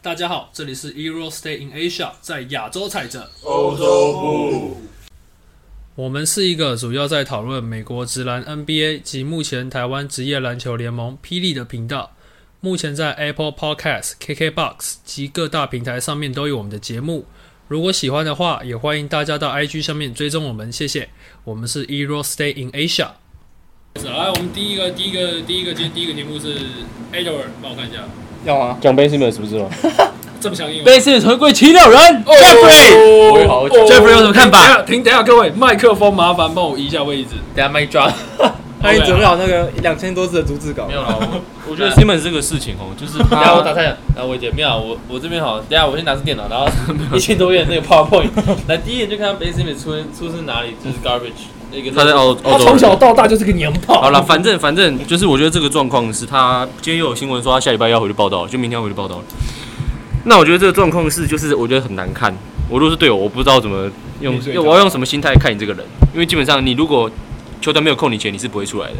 大家好，这里是 Euro Stay in Asia，在亚洲踩着。欧洲部，我们是一个主要在讨论美国职篮 NBA 及目前台湾职业篮球联盟霹雳的频道。目前在 Apple Podcast、KKBox 及各大平台上面都有我们的节目。如果喜欢的话，也欢迎大家到 IG 上面追踪我们，谢谢。我们是 Euro Stay in Asia。来，我们第一个、第一个、第一个今天第一个题目是 Edward，帮我看一下，要吗？讲 Ben Simmons 不是吗？这么强硬吗贝斯回归七六人哦，Jeffrey，哦我也好哦，Jeffrey 有什么看法等一下停，等一下，各位，麦克风麻烦帮我移一下位置。等下 m i d r o p 那你准备好那个两千多字的逐字稿啊没？有啦，我我啊觉得 Simmons 这个事情哦， 就是等下我打岔讲，啊，我姐没有啊，我我这边好，等下我先拿出电脑，然后一千多页那个 PowerPoint，来第一眼就看到 Ben Simmons 出生出生哪里就是 garbage 那个，他在澳澳他洲从人。小到大就是个娘炮。好了，反正反正就是，我觉得这个状况是他今天又有新闻说他下礼拜要回去报道，就明天要回去报道了。那我觉得这个状况是，就是我觉得很难看。我如果是队友，我不知道怎么用，面对他我要用什么心态看你这个人，因为基本上你如果球队没有扣你钱，你是不会出来的。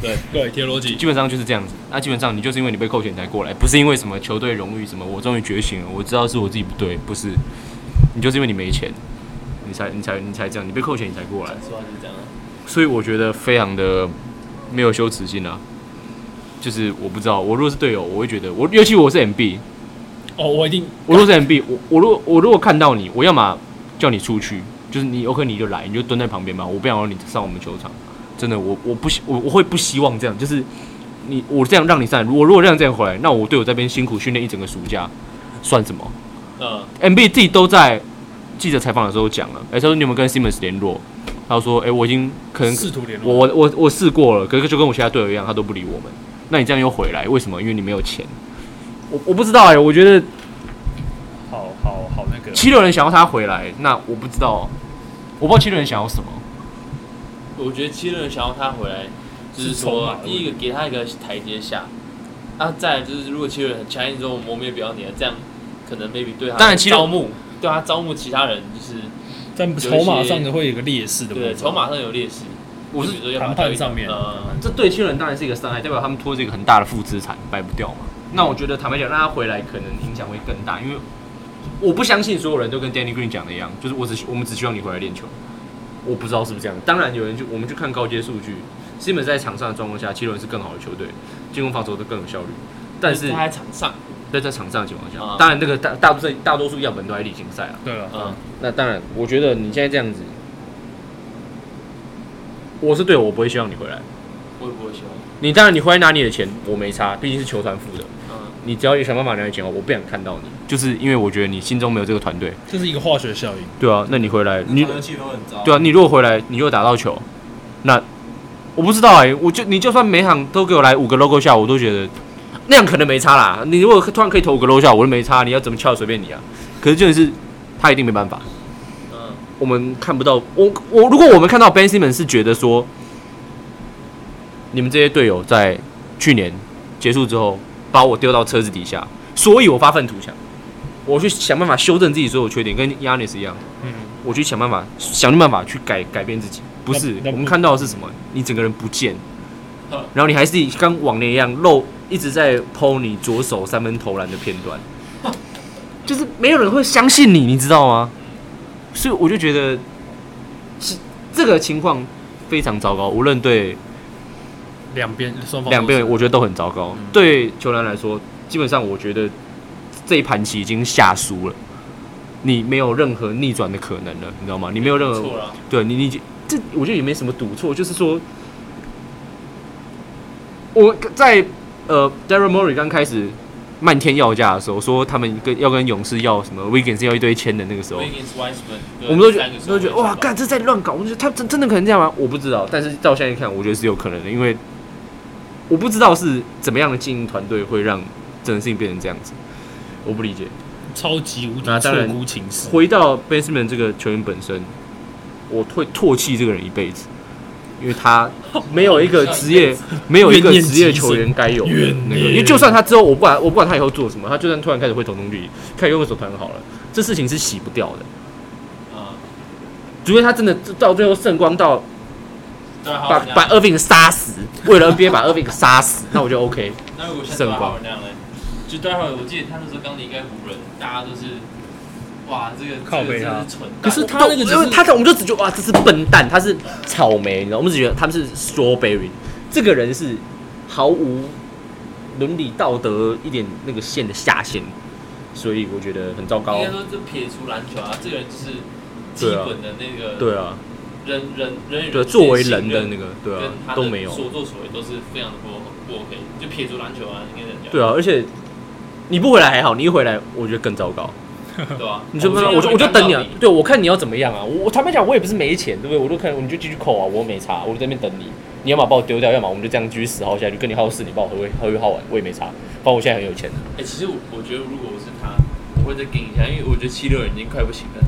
对，铁逻辑。基本上就是这样子。那基本上你就是因为你被扣钱才过来，不是因为什么球队荣誉什么，我终于觉醒了，我知道是我自己不对，不是。你就是因为你没钱，你才你才你才这样，你被扣钱你才过来。是吧？就是这样啊。所以我觉得非常的没有羞耻心啊。就是我不知道，我如果是队友，我会觉得我，尤其我是 MB，哦，我一定我如果是 MB，我我如果我如果看到你，我要么叫你出去，就是你 OK 你就来，你就蹲在旁边嘛，我不想让你上我们球场。真的，我我不希我我会不希望这样，就是你我这样让你上来，我如果让你这样回来，那我队友这边辛苦训练一整个暑假算什么？嗯， MB 自己都在记者采访的时候讲了，哎、他说你有没有跟 Simmons 联络？他说，哎、我已经可能试图联我络。我我我试过了，可是就跟我其他队友一样，他都不理我们。那你这样又回来，为什么？因为你没有钱。我我不知道哎、我觉得好好好，那个七六人想要他回来，那我不知道，我不知道七六人想要什么。我觉得七六人想要他回来，就是是筹码说的问第题一个给他一个台阶下，啊，再来就是如果七六人很强硬之后，我们也不要你了，这样可能 maybe 对他当然七六招募，对他招募其他人就是在筹码上的会有一个劣势的部分对筹码上有劣势，我是比如说要谈把他判上面呃，这对七六人当然是一个伤害，代表他们拖着一个很大的负资产，摆不掉嘛。那我觉得坦白讲，让他回来可能影响会更大，因为我不相信所有人都跟 Danny Green 讲的一样，就是我只希我们只希望你回来练球。我不知道是不是这样，当然有人就我们去看高阶数据，Simmons 在场上的状况下，七六人是更好的球队，进攻防守都更有效率，但是他在场上，在在场上的情况下啊，当然那个大大部分大多数样本都在例行赛啊。对了，嗯，那当然，我觉得你现在这样子，我是对我不会希望你回来。我也不会喜欢，你当然你回来拿你的钱，我没差，毕竟是球团付的。嗯，你只要有想办法拿你的钱，我不想看到你。就是因为我觉得你心中没有这个团队。这是一个化学效应。对啊，那你回来，你气氛很糟对啊，你如果回来，你又打到球，那我不知道哎、我就你就算每场都给我来五个 logo 下，我都觉得那样可能没差啦。你如果突然可以投五个 logo 下，我就没差，你要怎么敲随便你啊。可是就是他一定没办法，嗯，我们看不到。我我如果我们看到 Ben Simmons 是觉得说，你们这些队友在去年结束之后把我丢到车子底下，所以我发愤图强，我去想办法修正自己所有缺点，跟 Yanis 一样。嗯，我去想办法，想尽办法去改改变自己。不是那，那不我们看到的是什么？你整个人 不见嗯，然后你还是跟往年一样漏，一直在剖你左手三分投篮的片段，就是没有人会相信你，你知道吗？所以我就觉得，是这个情况非常糟糕，无论对两边双方两边我觉得都很糟糕。对球员来说，基本上我觉得这一盘棋已经下输了，你没有任何逆转的可能了，你知道吗？你没有任何错了，对你，你这我觉得也没什么赌错，就是说，我在呃 d a r r y Murray 刚开始漫天要价的时候，说他们跟要跟勇士要什么 Wiggins 要一堆签的那个时候， Wiggins Wiseman，我们都觉得对三个都觉得守卫哇，干这在乱搞，我觉得他真真的可能这样吗？我不知道，但是到现在看，我觉得是有可能的，因为我不知道是怎么样的经营团队会让整个事情变成这样子，我不理解。嗯超级无敌那错当然估情势。回到 Ben Simmons 这个球员本身，我会唾弃这个人一辈子，因为他没有一个职 业，没有一个职业球员该有的那个。因为就算他之后，我不管我不管他以后做什么，他就算突然开始会投中距离，开始用手传好了，这事情是洗不掉的。嗯，除非他真的到最后圣光到对啊，把好把 Irving 杀死，为了 NBA 把 Irving 杀死，那我就 OK。那如果像圣 Dwight 光 Howard 那样嘞，就待会儿我记得他那时候刚离开湖人，大家都是哇，这个靠这个北真啊的是蠢蛋。可是他那个只因为是他我们就只觉得哇，这是笨蛋，他是草莓，你知道，我们只觉得他们是 strawberry，这个人是毫无伦理道德一点那个线的下限，所以我觉得很糟糕应该。说，就撇除篮球啊，这个人就是基对啊本的那个对啊，人人人与对，啊人作为之间人信的任那个对啊跟他的都没有，所作所为都是非常的不不 OK。就撇除篮球啊，应该这样讲。对啊，而且你不回来还好，你一回来我觉得更糟糕。对吧？你就不我就我就等你啊，对我看你要怎么样啊！我我坦白讲，我也不是没钱，对不对？我就看你就继续扣啊，我没差，我就在那边等你。你要么把我丢掉，要么我们就这样继续死耗下去，跟你耗死，你把我喝喝一耗完，我也没差。反正我现在很有钱的，哎、其实我我觉得，如果我是他，我会再跟一下，因为我觉得七六人已经快不行了，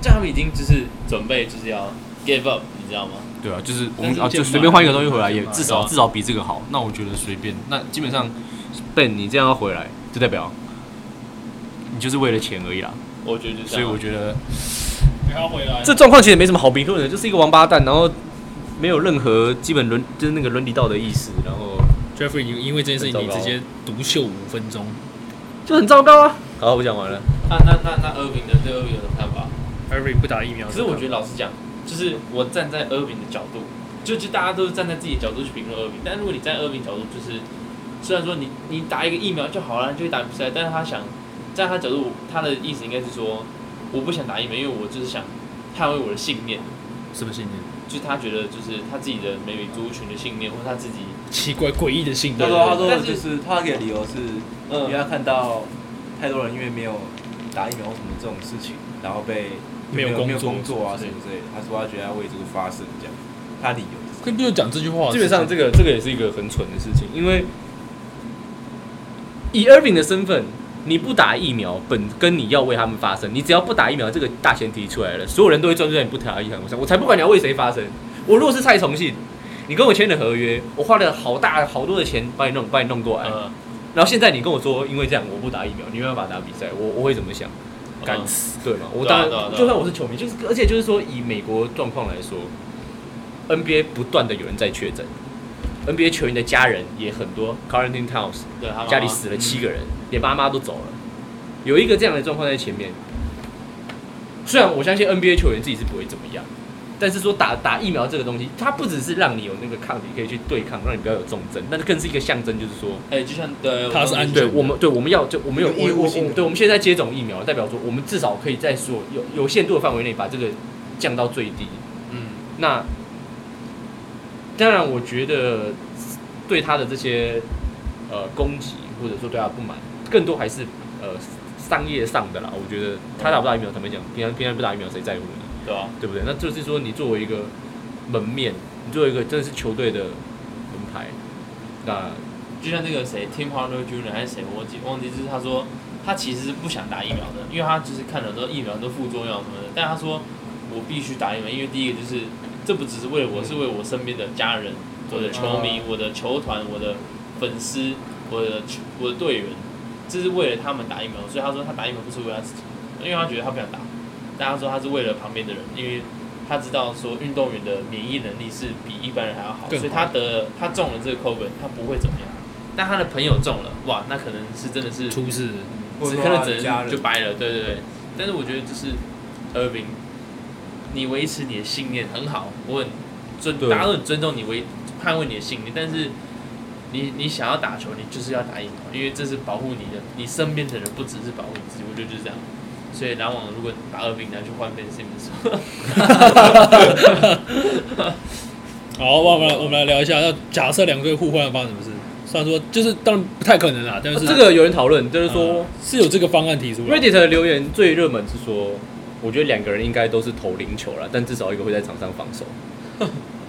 这样他们已经就是准备就是要 give up，你知道吗？对啊，就是我们啊就随便换一个东西回来也至少至少比这个好。那我觉得随便，那基本上笨你这样要回来，就代表你就是为了钱而已啦。我觉得就这样，觉得不要回来。这状况其实没什么好评论的，就是一个王八蛋，然后没有任何基本伦就是那个伦理道德意识，然后 Jeffrey，你因为这件事情，你很糟直糕接独秀五分钟。就很糟糕啊。好，我讲完了。那那那那 Irving 的对 Irving 有什么看法？ Jeffrey 不打疫苗，可是我觉得老实讲，就是我站在 Irving 的角度，就就大家都是站在自己的角度去评论 Irving，但如果你站在 Irving 角度，就是虽然说你你打一个疫苗就好了，就会打比赛，但是他想站在他角度，他的意思应该是说，我不想打疫苗，因为我就是想捍卫我的信念。什么信念？就是他觉得就是他自己的美美族群的信念，或者他自己 奇怪诡异的信他念。嗯说他说但的是嗯就是他给的理由是，呃因为他看到太多人因为没有打疫苗或什么这种事情，然后被没有没有没有工工作作啊什么之类的，他说他觉得他为这个发声这样，他理由就是可就讲这句话，基本上这个这个也是一个很蠢的事情，因为以 Irving 的身份，你不打疫苗，本跟你要为他们发声，你只要不打疫苗这个大前提出来了，所有人都会专注在你不打疫苗上，我才不管你要为谁发声。我如果是蔡崇信，你跟我签了合约，我花了好大好多的钱把你弄把你弄过来，呃然后现在你跟我说因为这样我不打疫苗，你没办法打比赛，我我会怎么想？敢死。死。对嘛？我对啊当然对啊对，啊就算我是球迷，就是而且就是说，以美国状况来说，NBA 不断的有人在确诊，NBA 球员的家人也很多，Carlton Towns 对，他妈妈家里死了七个人，嗯连妈妈都走了，有一个这样的状况在前面。虽然我相信 NBA 球员自己是不会怎么样，但是说打打疫苗这个东西，它不只是让你有那个抗体可以去对抗，让你不要有重症，那更是一个象征，就是说哎、就像对，他是安全对的我们，对我们要就我们有有义务我我性我对，我们现在接种疫苗，代表说我们至少可以在所有有有限度的范围内把这个降到最低。嗯，那当然，我觉得对他的这些呃攻击或者说对他的不满，更多还是呃商业上的啦。我觉得他打不打疫苗，坦白讲，平常平常不打疫苗谁在乎呢？对吧、对不对？那就是说，你作为一个门面，你作为一个真的是球队的门牌，那就像那个谁，Tim Hardaway Jr. 还是谁，我忘记忘记，就是他说他其实是不想打疫苗的，因为他就是看了说疫苗都副作用什么的，但他说我必须打疫苗，因为第一个就是这不只是为了我，是为我身边的家人、我的球迷、我的球团、我的粉丝、我的球我的队员，这是为了他们打疫苗，所以他说他打疫苗不是为了他自己，因为他觉得他不想打，但他说他是为了旁边的人，因为。他知道说运动员的免疫能力是比一般人还要好，更好所以他得了他中了这个 COVID，他不会怎么样。但他的朋友中了，哇，那可能是真的是，出事，只可能只能就掰了，对对对。但是我觉得就是，Irving，你维持你的信念很好，我很尊，啊对大家都很尊重你维捍卫你的信念，但是你你想要打球，你就是要打疫苗，因为这是保护你的，你身边的人不只是保护你自己，我觉得就是这样。所以篮网如果打 Irving，然后去换 Ben Simmons，好，我们来我们来聊一下，要假设两队互换发生什么事。虽然说就是当然不太可能啦，但是哦这个有人讨论，就是说。嗯是有这个方案提出来。 Reddit 的留言最热门是说，我觉得两个人应该都是投零球了，但至少一个会在场上防 守，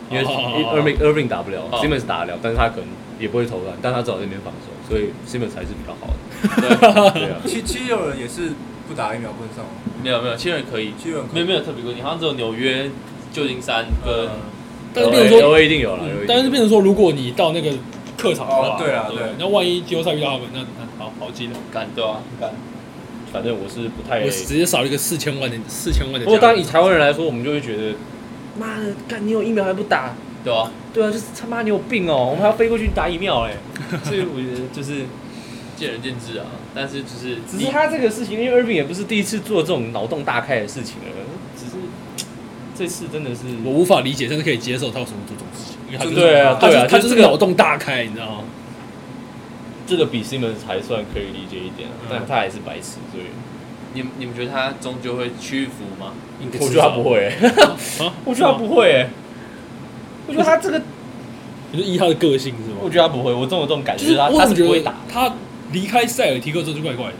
因为哦哦哦 Irving Irving 打不了哦，Simmons 打得了，但是他可能也不会投篮，但他至少在那边防守，所以 Simmons 还是比较好的。对啊，七七六人也是不打疫苗不能上网，没有没有，七人可以，七六人 没有没有特别规定，好像只有纽约、旧金山跟、但是变成说，嗯 LA 一定有了，LA 一定有但是变成说，如果你到那个客场的哦话，对啊对，那万一季后赛遇到他们，那那好好记得，干对啊，反正我是不太我。直接少了一个四千万的四千万的价格。不过当以台湾人来说，我们就会觉得，妈的，干你有疫苗还不打？对啊，对啊，就是他妈你有病哦，我们还要飞过去打疫苗哎。所以我觉得就是见仁见智啊。但是就是只是他这个事情，因为 Irving 也不是第一次做这种脑洞大开的事情了，只是这次真的是我无法理解，但是可以接受他为什么做这种事情，因为他就是对啊他就对啊他就就是这个脑洞大开，你知道吗？这个比 Simmons 还算可以理解一点啊，但他还是白痴，所以你们你们觉得他终究会屈服吗？应该我觉知得道他不，会、啊我觉得他不会、我觉得他这个，你是依他的个性是吗？我觉得他不会，我总有这种感就觉，是他我他怎是么觉不会得打。他离开塞尔提克之后就怪怪的，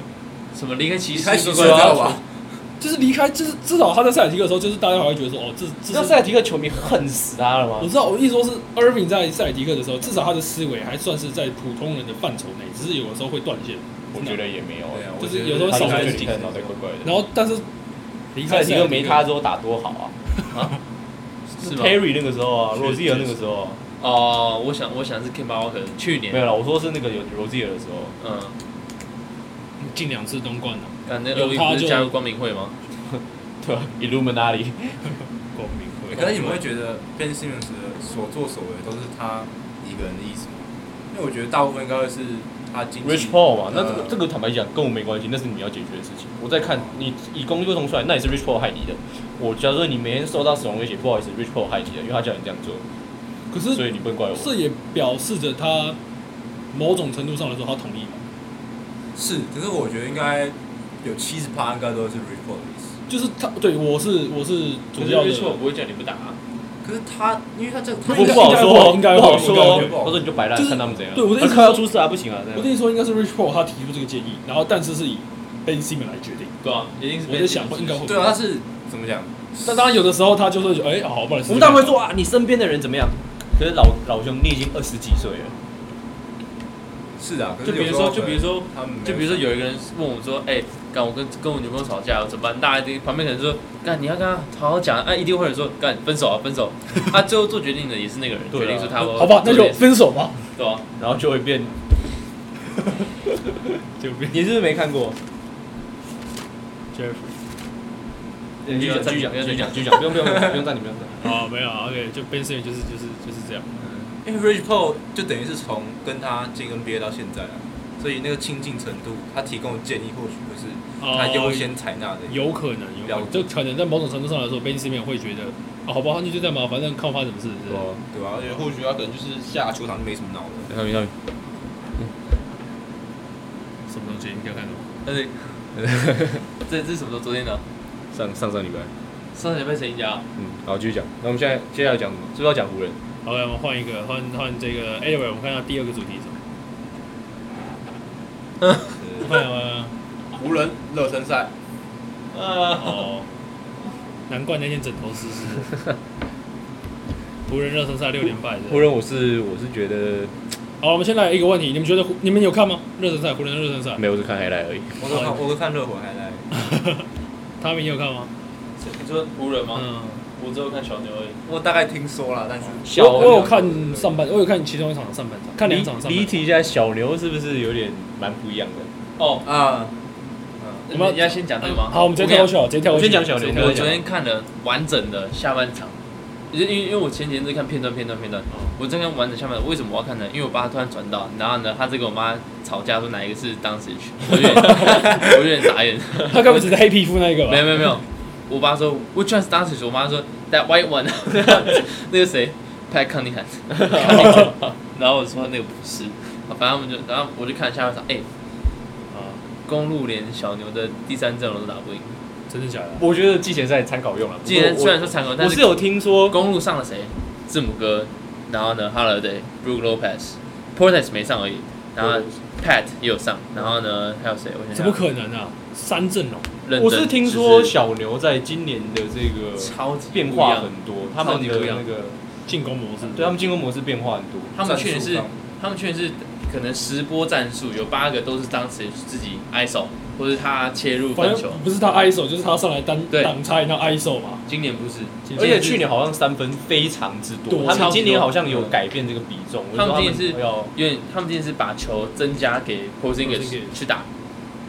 什么离开骑士？开始怪说到怪吧，就是离开，就是至少他在塞尔提克的时候，就是大家还会觉得说，哦，这你知这道是塞尔提克球迷恨死他了我吗？知道，我一说是 Irving 在塞尔提克的时候，至少他的思维还算是在普通人的范畴内，只是有的时候会断线。我觉得也没有对啊，就我是觉得有时候他少总了觉一得个你看脑袋怪怪的。然后，但是离塞开尔提克没他之后打多好啊是吗？ ，Perry 那个时候啊是，Rozier 那个时候啊哦，我想我想是 Kim b a l k e r 去没年，有了，我说是那个有 Rozier 的时候，嗯，进两次东冠了，啊感觉有 Irving 他不是就加入光明会吗？对啊，Illuminati，光明会。可是你们会觉得 Ben Simmons 的所作所为都是他一个人的意思吗？因为我觉得大部分应该会是他经济 Rich Paul 嘛，那这个嗯呃这个坦白讲跟我没关系，那是你要解决的事情。我在看你以功就从出来，那也是 Rich Paul 害你的。我假如说你每天受到死亡威胁，不好意思，Rich Paul 害你的，因为他叫你这样做，可是所以你不能怪我。这也表示着他某种程度上来说，他同意吧。是，可是我觉得应该有七十趴应该都是 Rich Paul 的意思。就是他对我是我是主主要要的的，我不会叫你不打啊，可是他，因为他这个不他应该不好说，应该不会好应该说会。他说你就摆烂，就是看他们怎样。对我的意思而是快要出事啊，不行啊，我跟这样。你说应该是 Rich Paul 他提出这个建议，然后但是是以 Ben Simmons 来决定。对啊，一定是我在想应该会对啊，他是怎么讲？那当然有的时候他就会觉得，哎，好，不然我们当然会说啊，你身边的人怎么样？可是老老兄，你已经二十几岁了，是啊，可就是比有如时说候就比如说他们就比如说有一个人问我说，哎，干我跟跟我女朋友吵架了怎么办？大家一定旁边可能说，干你要跟她好好讲，啊，一定会有人说，干分手啊分手， 啊，最后做决定的也是那个人，对啊决定说他好吧，那就对分手吧。对啊，然后就会变。就变你是不是没看过？ Jeffrey 你继续讲，继续讲，不要继再续讲讲，继续讲，不用不用不用暂停，不用暂停。啊，没有啊，OK，就 Ben Simmons 就是就是就是这样。因为 Rich Paul 就等于是从跟他进 NBA 到现在啊，所以那个亲近程度，他提供的建议或许会是他哦优先采纳的。哦有可能，有可了能，解就可能在某种程度上来说，Ben Simmons 会觉得，啊，好吧，那就这样吧，反正看我发生什么事。是对吧啊，对啊，而且或许他可能就是下球场就没什么脑了。下面下面。什么东西？你给我看什么？但是这这是什么时候？昨天的上上上礼拜，上礼拜谁赢家啊？嗯，好，继续讲。那我们现在接下来讲什么？是不是要讲湖人？好了，我们换一个，换换这个。Anyway，我们看到第二个主题是什么？我 看到哦了湖人热身赛，啊哦，难怪那天枕头湿湿 的。湖人热身赛六连败湖的。人，我是我是觉得好，我们先来一个问题，你们觉得湖你们有看吗？热身赛，湖人的热身赛，没有，我是看海来而已。我都看我都看热火还来，他们也有看吗？谁 你说湖啊人吗？嗯，我只有看小牛而已。我大概听说了，但是小我我有看上半，我有看其中一场的上半场，看两场上离半离场。题一下，小牛是不是有点蛮不一样的？哦，啊，我们要你要先讲这个吗？哎好，我们直接跟跳你过去哦，直接跳过去。我先讲小直牛接跳我过去昨天看了完整的下半场，因为因为我前几天是看片段片段片段，哦我正看完整下半场，为什么我要看呢？因为我爸突然转到，然后呢，他在跟我妈吵架说哪一个是当时曲， 我有点 我有点傻眼，他该不会只是黑皮肤那一个吧？没有没有没有，我爸说 Which one's Doncic？我妈说 That white one，那个谁，Pat Cunningham，然后我说那个不是，啊反正我们就然后我就看了下半场，哎、啊，公路连小牛的第三阵容都打不赢，真的假的？我觉得季前赛参考用了。既然虽然说残酷，但我是是有听说，公路上了谁？字母哥，然后呢，Holiday、Brook Lopez、Portis 没上而已，然后 Pat 也有上，然后呢，还有谁？我想想怎么可能啊？三阵哦，认真我是听说就是小牛在今年的这个超级变不一化样很多，他们超级的不一样嗯那个进攻模式。对啊他们进攻模式变化很多。他们去年战术是上，他们去年是可能十波战术有八个都是当时自己 ISO 或是他切入反分球正，不是他 ISO，就是他上来单对挡拆，然后 ISO 嘛。今年不是，而且去年好像三分非常之多多，他们今年好像有超级多改变这个比重。我就他们说今年是要因为他们今年是把球增加给 Porzingis Porzingis 去打，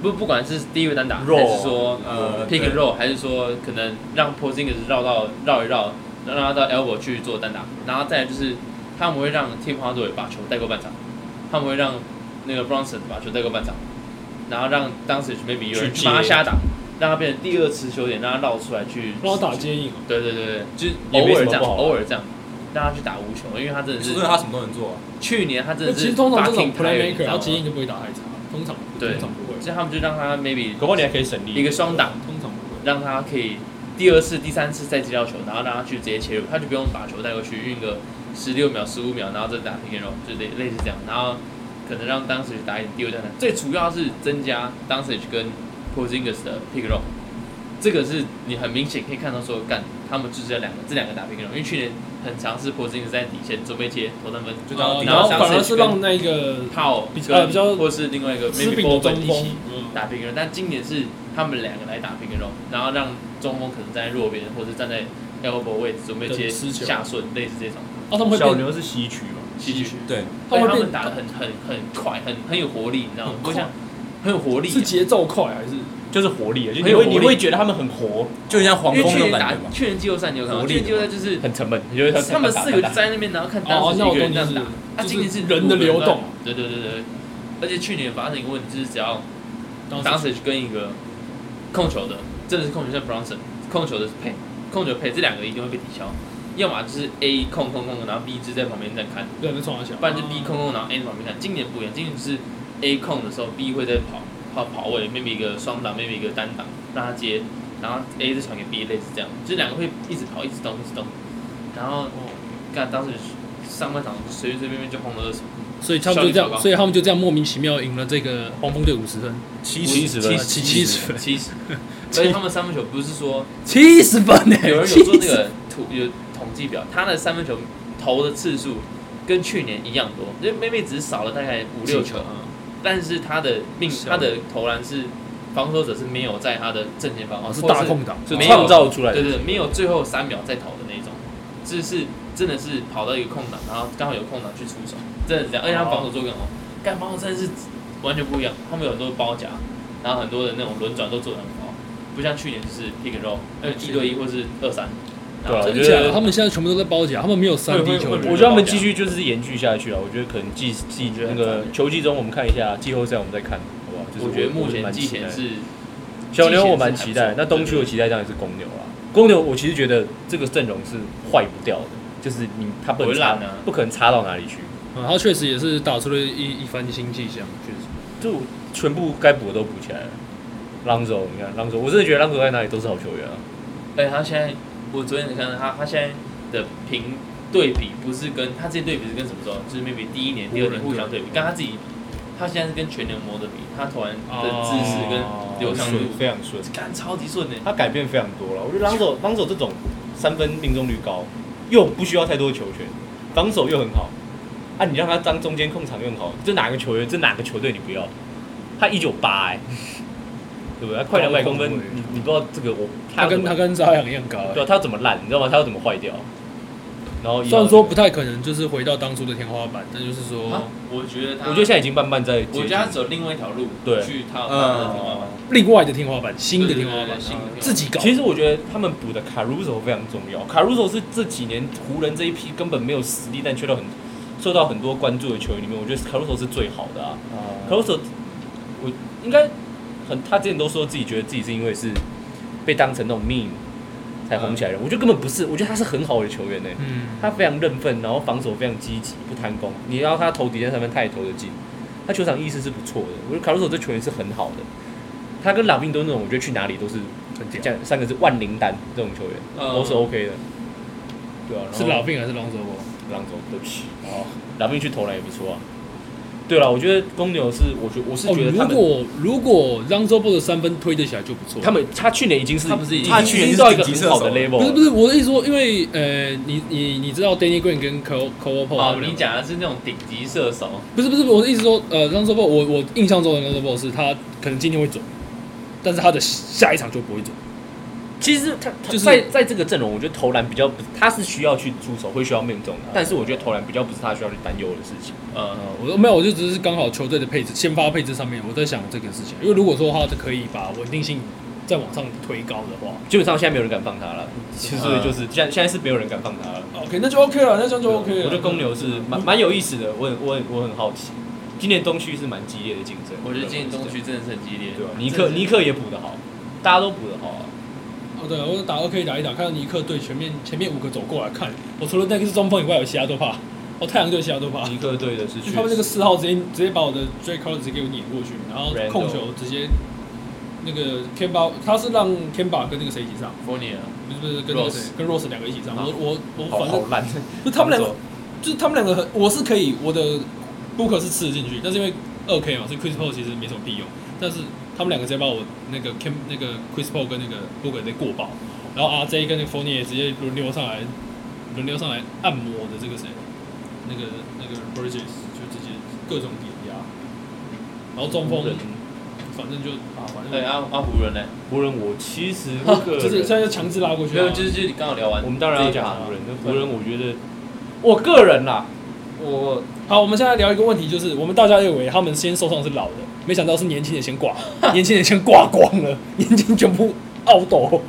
不不管是低位单打还 Roll 是说呃 pick and 对 roll，还是说可能让 Porzingis 绕到绕一绕，让让他到 elbow 去做单打，然后再来就是他们会让 Tim Hardaway 把球带过半场，他们会让那个 Bronson 把球带过半场，然后让当时 maybe 有人去接帮他瞎打，让他变成第二持球点，让他绕出来去。让他打接应哦，对对对对，就是也没偶什尔么这样，不好啊偶尔这样，让他去打无球，因为他真的说是真的，他什么都能做啊。去年他那真的其是实通常这 fucking 种 tired，你知 playmaker 道他吗接应就不会打太差，通常对通常不会，所以他们就让他 maybe 搞不好你还可以省力一个双挡，通常不会。让他可以第二次、第三次再接到球，然后让他去直接切入，他就不用把球带过去运个十六秒、十五秒，然后再打 pick and roll，就类类似这样，然后可能让当时打一点第二战最主要是增加当时跟 Porzingis 的 pick and roll，这个是你很明显可以看到说干他们就是这两个这两个打 pick and roll，因为去年很尝试 Porzingis 在底线准备接投三分，就当哦底然后下反而是是跟让那个靠比较呃比较或是另外一个吃 maybe 饼的 Boban 中一起锋，嗯打 pick and roll，但今年是他们两个来打 pick and roll，然后让中锋可能站在弱边或者站在 elbow 位置准备接等失球下顺，类似这种哦，他们会小变，牛是西区嘛，戏剧，对，他所们以哎他会们变打得很很很快，很很有活力，你知道吗？很我快想很有活力啊，是节奏快还是？就是活力啊，就很你有会活力你会觉得他们很活，就很像黄因为蜂去那种年感打觉嘛。去年季后赛你有看到，活力去年季后赛就是很沉闷，你觉得他们打四个就打打站在那边，然后看哦当哦时那一我个懂你意人这样思打，，他今年是就是人的流动，对对对对对，而且去年发生一个问题，就是只要当当时跟一个控球的，真的是控球像 Bronson，控球的是配，控球配这两个一定会被抵消，要么就是 A 控控控，然后 B 只在旁边在看，对，能创下，不然就 B 控控，然后 A 在旁边看。今年不一样，今年就是 A 控的时候，B 会在跑跑跑位，maybe 一个双挡，maybe 一个单挡，让他接，然后 A 再传给 B，类似这样，就是两个会一直跑，一直动，一直动，然后干当时上半场随随便便就轰了二十所以他们就这样，所以他们就这样莫名其妙赢了这个黄蜂队五十分，七七十分，七七十分，七十，所以他们三分球不是说。七十分呢、有人有做70那个图有统计表，他的三分球投的次数跟去年一样多，因为妹妹只是少了大概五六球，嗯但是他的命小啊他的投篮是防守者是没有在他的正前方，哦，是或大空档，是没有创造出来对的，对，没有最后三秒再投的那种，就是真的是跑到一个空档，然后刚好有空档去出手，真的是这哦样，而且他防守做得更好，干防守真的是完全不一样，他们有很多包夹，然后很多的那种轮转都做得很好，不像去年就是 pick and roll，呃一对一或是二三，然对后啊这我真觉得假的？他们现在全部都在包夹，他们没有三 D 会球会员我觉得他们继续就是延续下去啊，我觉得可能季季觉那得很个球季中我们看一下，季后赛我们再看，好不好？就是我觉得目前蛮季期待前的是小牛我蛮期待，那东区我期待当然是公牛啦。公牛我其实觉得这个阵容是坏不掉的，就是你他不能差不会烂啊，不可能差到哪里去，嗯，他确实也是打出了一一番新气象，确实。就全部该补的都补起来了。朗佐，你看朗佐，我真的觉得朗佐在哪里都是好球员啊。哎，他现在我昨天才看到他，他现在的评对比不是跟他这些对比是跟什么时候？就是 maybe 第一年、第二年互相对比，跟他自己，他现在是跟全联盟的比，他投篮的姿势跟流畅度，非常哦顺，干超级顺的。欸他改变非常多了。我觉得朗佐朗佐这种三分命中率高，又不需要太多的球权，防守又很好，啊，你让他当中间控场又很好，这哪个球员，这哪个球队你不要？他一九八哎，对不对？他快两百公分，你你不知道这个我他跟他要怎么跟扎养一样高、欸，对啊他要怎么烂，你知道吗？他要怎么坏掉？然后虽然说不太，太可能就是回到当初的天花板，但就是啊说我觉得他，哦我觉得现在已经慢慢在接近，我觉得他走另外一条路，对去他嗯另外的天花板，新的天花板，哦新的天花板自己搞。其实我觉得他们补的卡鲁索非常重要。卡鲁索是这几年湖人这一批根本没有实力，但却到很受到很多关注的球员里面，我觉得卡鲁索是最好的啊。卡鲁索，我应该很，他之前都说自己觉得自己是因为是被当成那种 meme 才红起来的，啊我觉得根本不是，我觉得他是很好的球员呢、嗯，他非常认份，然后防守非常积极，不贪功。你要他投底线三分，他也投得进。他球场意识是不错的，我觉得卡鲁索这球员是很好的。他跟拉宾都那种，我觉得去哪里都是很屌这样三个字万灵丹这种球员、嗯都是 OK 的。呃对啊，然后是老病还是龙首博？朗总，对不起，哦，拉宾去投篮也不错啊。对了，我觉得公牛是，我觉得我是哦，觉得他如们、果如果让周波的三分推得起来就不错。他们他去年已经是他不是已经他去年到一个已经是很好的顶级射 level，不是不是是我的意思说，因为呃，你你你知道 Danny Green 跟 Co Co p o 哦，你讲的是那种顶级射手，不是不是我的意思说，呃，让周波我我印象中的让周波是他可能今天会准，但是他的下一场就不会准。其实他他就是在在这个阵容，我觉得投篮比较不，他是需要去出手，会需要命中的，啊但是我觉得投篮比较不是他需要去担忧的事情。呃，呃，我没有，我就只是刚好球队的配置，先发配置上面我在想这个事情，因为如果说他可以把稳定性再往上推高的话基本上现在没有人敢放他了，其实就是现在现在是没有人敢放他了。 ，OK，那就啊 OK 了，那这样就 OK 了。我觉得公牛是蛮蛮有意思的，我很我很我很好奇，今年东区是蛮激烈的竞争，我觉得今年东区真的是很激烈，对啊吧？尼克尼克也补得好，大家都补得好啊。哦，对，我打二 K 打一打，看到尼克队前面前面五个走过来看，我除了那个是中锋以外，有其他都怕。哦，太阳队其他都怕。尼克队的是就他们那个四号直接直接把我的 J Cole 直接给我碾过去，然后 Randle 控球直接那个 Kemba，他是让 Kemba 跟那个谁一起上， f o r n i 不是不是跟那个谁 Rose 跟 Rose 两个一起上。啊我我我好反正好烂，就 他们两个，就是他们两个很，我是可以我的 Booker 是吃得进去，但是因为二 K 嘛，所以 Chris Paul 其实没什么屁用，但是他们两个直接把我那个 Kim 那个 Chris Paul 跟那个 Booker 给过爆，然后 RJ 跟那个 Fournier 直接轮流上来，轮流上来按摩的这个谁，那个那个 Bridges 就直接各种碾压，然后中锋湖嗯人反正就啊反正对，阿阿湖人呢？湖人我其 实个啊就是人现在就强制拉过去没啊，有，就是就是你刚好聊完，我们当然要讲湖湖人人，，那湖人我觉得我个人啊啦，我好，我们现在聊一个问题，就是我们大家以为他们先受伤是老的，没想到是年轻人先挂，年轻人先挂光了， 眼睛全部凹抖。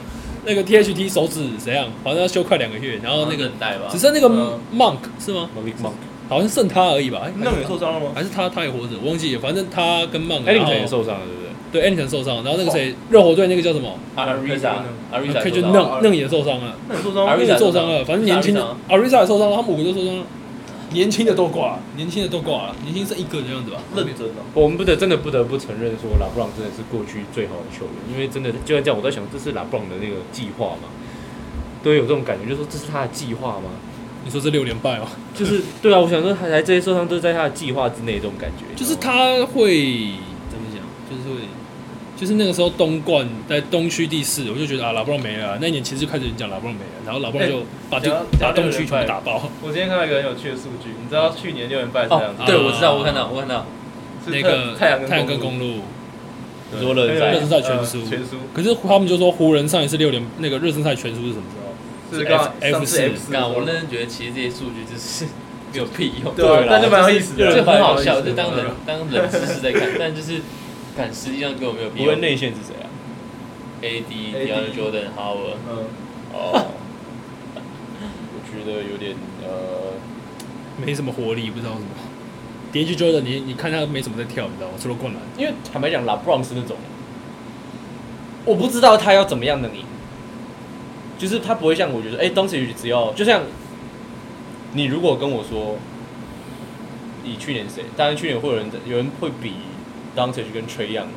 那个 THT 手指怎样？好像要休快两个月，然后那个等待吧，只剩那个嗯 Monk 是吗？ Malik Monk 好像剩他而已吧？哎那也受伤了吗？还是他他也活着，我忘记了。反正他跟 Monk，艾 l 肯也然后受伤了，对不对？对 Ellington 受伤，然后那个谁热火队那个叫什么？阿瑞莎，阿瑞莎可以就受伤了弄弄也受伤了，那也受伤吗？那 Ariza 个受伤了，反正年轻的受伤 Ariza 也受伤了，他们五个都受伤了，年轻的都挂，了，年轻的都挂了，年轻剩一个这样子吧。认真啊！我们不得真的不得不承认说，拉布朗真的是过去最好的球员，因为真的就像这样，我在想这是拉布朗的那个计划嘛，都有这种感觉，就说这是他的计划吗？你说这六连败哦？就是对啊，我想说他来这些受伤都是在他的计划之内，这种感觉。就是他会怎么讲？就是会，就是那个时候东冠在东区第四，我就觉得啊，拉布朗没了啊。那一年其实就开始讲拉布朗没了，然后拉布朗就把第讲到把讲到东区全部打爆。我今天看到一个很有趣的数据，你知道去年六连败是这样子啊，哦，对，我知道，我看到，我看到，是那个太阳太阳跟公公路，你说哎热身赛热身赛全呃输全输可是他们就说湖人上一次六连那个热身赛全输是什么时候？是刚好 F- 上次 F4 F 四，那我认真觉得其实这些数据就是 没有屁用，对啊，但就蛮有意思的，这很好笑，啊就就当冷当冷知识在看，但就是，但实际上根本没有必湖要。人内线是谁啊？ AD、DeAndre Jordan、Howard，嗯，哦，我觉得有点呃，没什么活力，不知道为什么。d j Jordan，你你看他没怎么在跳，你知道吗？除了灌篮，因为坦白讲，拉布朗是那种，我不知道他要怎么样能赢，就是他不会像我觉得，哎、当时只要就像你如果跟我说，以去年谁，当然去年会有人有人会比当时跟崔样嘛，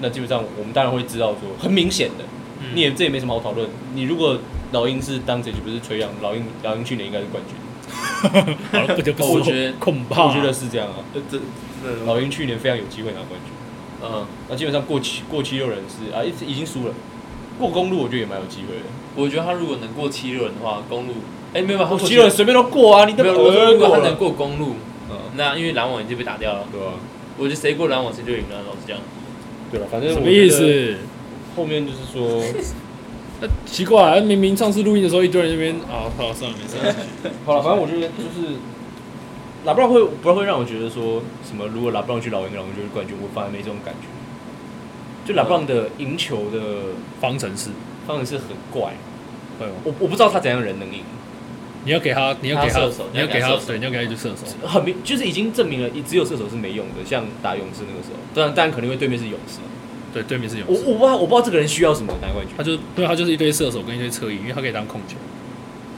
那基本上我们当然会知道说，很明显的，嗯你也这也没什么好讨论，你如果老鹰是当时不是崔样，老鹰老鹰去年应该是冠军，好了，不得不说，我觉得恐怕我觉得是这样啊，这这这老鹰去年非常有机会拿冠军。嗯，那基本上过七过七六人是啊，一直已经输了。过公路我觉得也蛮有机会的，我觉得他如果能过七轮的话，公路，哎，没有，他过过哦七六人随便都过啊，你没都有，过我说如果过他能了。过公路，嗯那因为篮网已经被打掉了，对啊，我觉得谁过篮网谁就赢了，老实讲。对了，啊反正什我么意觉得？思？后面就是说， 那奇怪、啊，明明上次录音的时候一堆人在那边啊，好算了，没事。好了，反正我觉得就是，拉布朗会不然会让我觉得说什么，如果拉布朗去老鹰，老鹰就是冠军，我反而没这种感觉。就拉布朗的赢球的方程式，方程式很怪，会吗？我我不知道他怎样的人能赢，你要给他，你要给他他射手，你要给你要他给他射，手对，你要给他一支射手。很明就是已经证明了，只有射手是没用的，像打勇士那个时候，当然当然肯定会对面是勇士，对，对面是勇我士，我不知道我不知道这个人需要什么拿冠军他。就对他就是一堆射手跟一堆侧翼，因为他可以当控球。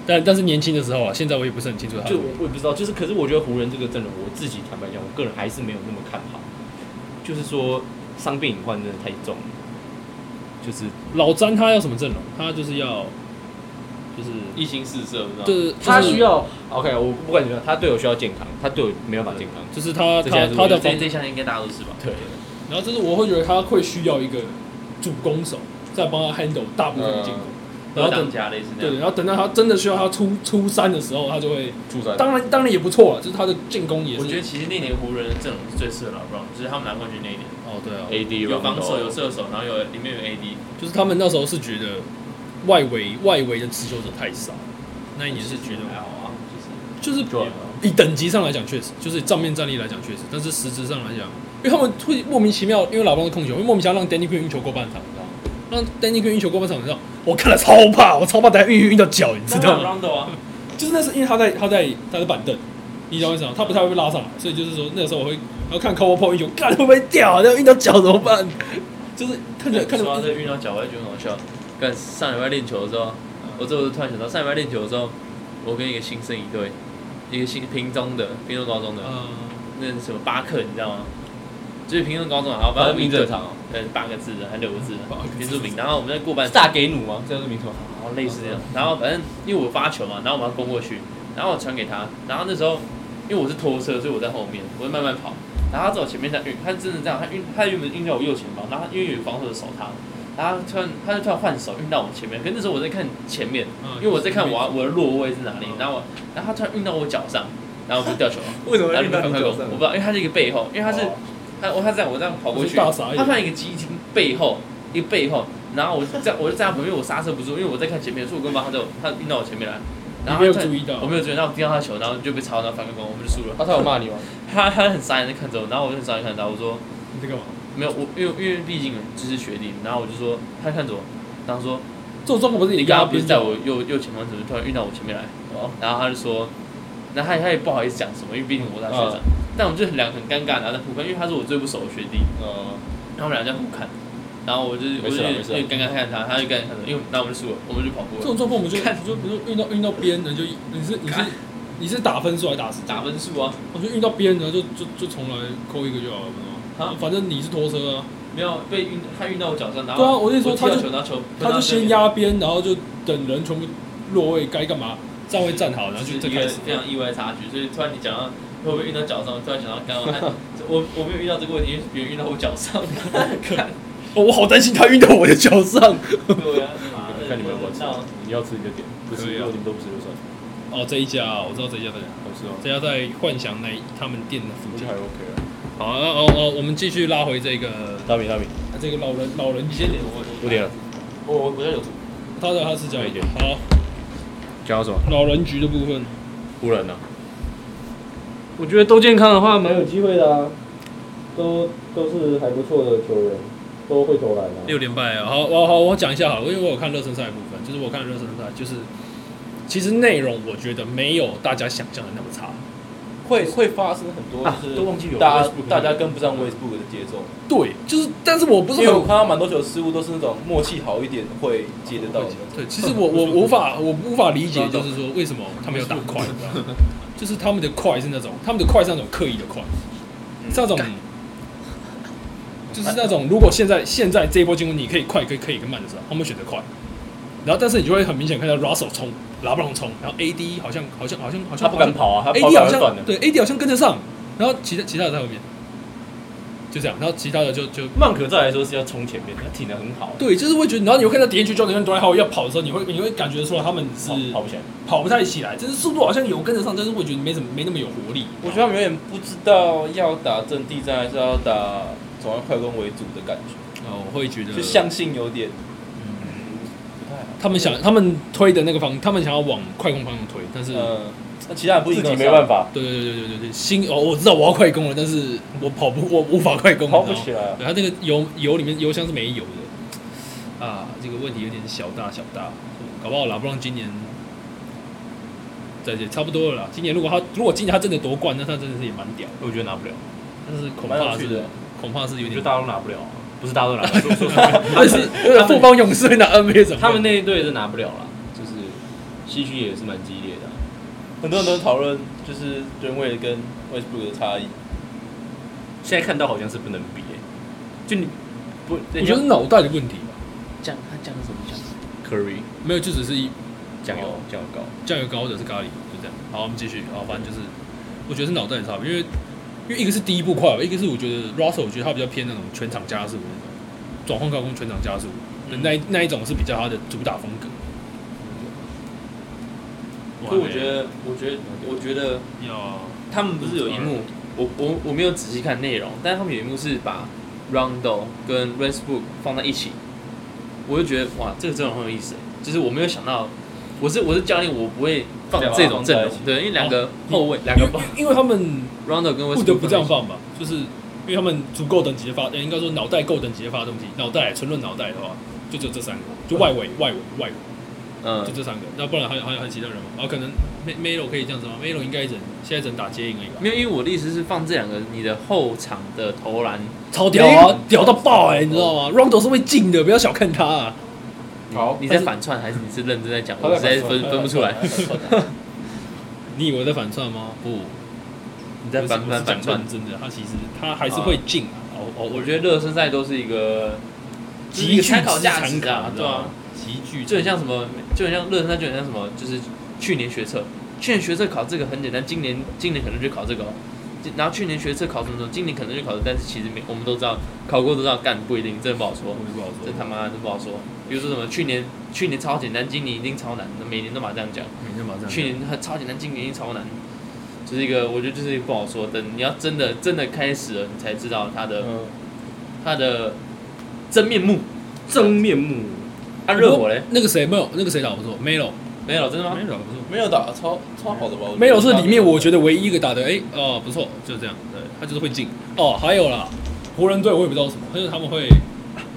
但但是年轻的时候啊，现在我也不是很清楚他的就我我也不知道，就是可是我觉得湖人这个阵容，我自己坦白讲，我个人还是没有那么看好。就是说伤病隐患真的太重了，就是老詹他要什么阵容？他就是要就是一心四射，不知道。就是他需要 OK，我不管怎么样，他队友需要健康，他队友没办法健康。就是他这些还他是他的我防这这项应该大家都是吧？对，然后就是我会觉得他会需要一个主攻手在帮他 handle 大部分的进攻，然然后后等当家类似那对，样。然后等到他真的需要他出出山的时候，他就会住在当然当然也不错啊了，就是他的进攻也是。我觉得其实那年湖人的阵容是最适合老布朗，就是他们拿冠军那一年，哦对啊， AD 有防守有 Rondo 射手，然后有里面有 AD，就是他们那时候是觉得外围外围的持球者太少，那一年是觉得还好啊，就是就是就以等级上来讲确实，就是账面战力来讲确实，但是实质上来讲，因为他们会莫名其妙，因为老帮的控球，会莫名其妙让 Danny Green 运球过半场，你知道吗？让 Danny Green 运球过半场，你知道，我看了超怕，我超怕等下运运运到脚，你知 道吗？ Rondo 啊，就是那是因为他在他在他在板凳，你知道为什么？他不太会被拉上来，所以就是说那个时候我会然后看 c o v e r p o 英雄，看会不会掉啊，那运到脚怎么办？就是看着看说到啊这着，个运到脚，我就觉得很好笑。干上礼拜练球的时候，嗯我这我就突然想到，上礼拜练球的时候，我跟一个新生一队，一个新屏中的屏中高中的，嗯，那是什么巴克，你知道吗？就是屏中高中啊，好，巴反克正名字很长哦呃，八个字的还六个字的嗯八个字原住民。然后我们在过半大给弩吗？这样是名字吗？然后类似这样，然后反正因为我发球嘛，然后我把它攻过去，然后我传给他，然后那时候因为我是拖车，所以我在后面，我就慢慢跑，然后他在我前面在运，他真的这样，他运他原本运到我右前方，然后他因为有防守的守他，然后他突然他就突然换手运到我前面，可是那时候我在看前面，啊因为我在看我我的落位是哪里，然后我然后他突然运到我脚上，然后我就掉球了，为什么然后会运就到快你快脚攻，上我不？知道，因为他是一个背后，因为他是。他我他这样我这样跑过哦我是去，大傻眼他放一个机停背后，一个背后，然后我就在我就在他旁边，因为我刹车不住，因为我在看前面，所以我跟他就他运到我前面来，然你后他没有突然注意到我没有注意到，然后我盯到他球，然后就被超，然后反个攻，我们就输了。他他有骂 你吗？他他很傻眼的看着我，然后我就很傻眼看着他，我说你在干嘛？没有，我因为因为毕竟就是学弟，然后我就说他看着我，然后说这种状况不是你你刚刚刚刚不不是是在我右右前方，怎么突然运到我前面来？然后他就说，那他他也不好意思讲什么，因为毕竟我是他学长，但我们就很两个很尴尬，然后在互看，因为他是我最不熟的学弟，哦嗯，然后我们俩在互看，然后我就是没我就事啊有没事啊点尴尬看他，他就尴尬看着，因为那我们就输了，我们就跑步这了，种状况，我们就看就比如说运到运到边的，就你是你是看你是打分数还是打时间打分数啊，我觉得运到边的就就就重来扣一个就好了，不是吗啊反正你是拖车啊，没有被运，他运到我脚上，然对后啊我跟你说踢到他就球拿球，他就先，压边，然后就等人全部落位，该干嘛站位站好，然后就就再开是一个始。非常意外的差距，所以突然你讲到。会不会运到脚上？突然想到刚刚，哎 我我没有遇到这个问题，因为别人运到我脚上。 看哦，我好担心他运到我的脚上。对啊，妈的看你们要不要吃到，你要吃你就点，不可以吃啊如果你们都不吃就算， 哦，这一家啊我知道这一家在哪，好吃哦，这家在幻想那他们店的附我近觉得还。OK 啊。好，哦哦哦，我们继续拉回这个大米大米，啊这个老人老人你节先，点我，我点了，我我我在有图，他的他是这样可以。好，讲到什么？老人局的部分，湖人啊。我觉得都健康的话，蛮有机会的啊，都都是还不错的球员，都会投篮啊。六连败啊！好，我好我讲一下好了，因为我有看热身赛的部分，就是我看热身赛，就是其实内容我觉得没有大家想象的那么差。会会发生很多，啊就是都忘记有大家 Westbrook 大家跟不上 Westbrook 的节奏，对，就是，但是我不因是为我很看到蛮多球失误都是那种默契好一点会接得到的，对，其实我我我无法我无法理解，就是说为什么他们要打快，你知道吗 就是他们的快是那种他们的快是那种刻意的快，嗯是那种。就是那种，如果现在现在这一波进攻，你可以快，可以可以跟慢的时候，他们选择快，然后但是你就会很明显看到 Russell 冲，拉布朗冲，然后 AD 好像好像好像好他像不敢跑啊，他 A 跑 D 两好就算了像。对 A D 好像跟得上，然后其他其他的在后面，就这样，然后其他的就就曼可照来说是要冲前面，他挺得很好，对，就是会觉得，然后你会看到点球教练跟 d w y 要跑的时候，你会你会感觉出来他们是跑跑不起来。跑不太起来，就是速度好像有跟得上，但是我觉得没怎么没那么有活力。我觉得他们有点不知道要打阵地战还是要打转换快攻为主的感觉，哦，我会觉得就相信有点，嗯不太好。他们想他们推的那个方，他们想要往快攻方向推，但是、呃嗯，那其他人不一自定己跟得没上办，法，对对对对对对，心哦我知道我要快攻了，但是我跑不我无法快攻，跑你知不道吗起来啊。对，它那个油油里面油箱是没油的啊，这个问题有点小大小大，搞不好拉布朗今年再见差不多了啦。今年如果他如果今年他真的夺冠，那他真的是也蛮屌的，我觉得拿不了，但是恐蛮怕有趣是的。恐怕是有我觉得点，大家都拿不了啊，不是大家都拿 不了，说说但是富邦勇士会拿 NBA 怎么办？他们那一队是拿不了了，就是西区也是蛮激烈的啊。很多人都讨论就是人位跟 Westbrook 的差异，现在看到好像是不能比欸，就你不，我觉得是脑袋的问题吧，讲他讲什么讲？ Curry 没有就只是一酱油哦酱油膏，酱油膏或者是咖喱，就这样。好，我们继续。好，反正就是，我觉得是脑袋的差别，因为因为一个是第一步快吧，一个是我觉得 Russell，我觉得他比较偏那种全场加速的那种转换高攻全场加速的那一那一种是比较他的主打风格。所以我觉得，我觉得，我觉得要他们不是有一幕，我我我没有仔细看内容，但他们有一幕是把 Rondo 跟 Westbrook 放在一起，我就觉得哇，这个阵容很有意思，就是我没有想到，我是我是教练，我不会放这种阵容，对，因为两个后卫，两因个为因为他们 Rondo 跟 Westbrook 不得不这样放放吧，就是因为他们足够等级的发，呃应该说脑嗯袋够等级的发动机，脑袋纯论脑袋的话，就只有这三个，就外围、外围、外围。嗯就，这三个，那不然还有还有还有其他人吗？哦，可能 May Melo 可以这样子吗？Melo 应该只能现在只能打接应而已吧。没有，因为我的意思是放这两个你的后场的投篮，超屌啊，屌到爆哎、你知道吗？Rondo 是会进的，不要小看他、啊。好，你在反串还是你是认真在讲？他我在实在反分串分不出来。你以为在反串吗？不，你在反不是反反串，真的，他其实他还是会进啊。哦哦，我觉得热身赛都是一个极具参考价资产值感啊，对啊，，极具就很像什么，就很像热身赛，就很像什么，就是去年学测，去年学测考这个很简单，今年今年可能就考这个、哦。然后去年学测考什么什么，今年可能就考这个，但是其实没，我们都知道，考过都知道，干不一定，真的不好说我，也不好说真，他妈的真不好说。比如说什么，去年去年超简单，今年一定超难，每年都嘛这样讲。每天马上去年很超简单，今年一定超难，就是一个我觉得就是不好说。等你要真的真的开始了，你才知道它的、呃嗯，它的真面目。真面目，啊，热火嘞？那个谁没有，那个谁打得不错，Melo 没有，真的吗？ Melo 打得不错没有打超超好的吧？ ，Melo 是里面我觉得得唯一一个打的，哎、哦、不错，就是这样，对他就是会进。哦，还有啦，湖人队我也不知道什么，但是他们会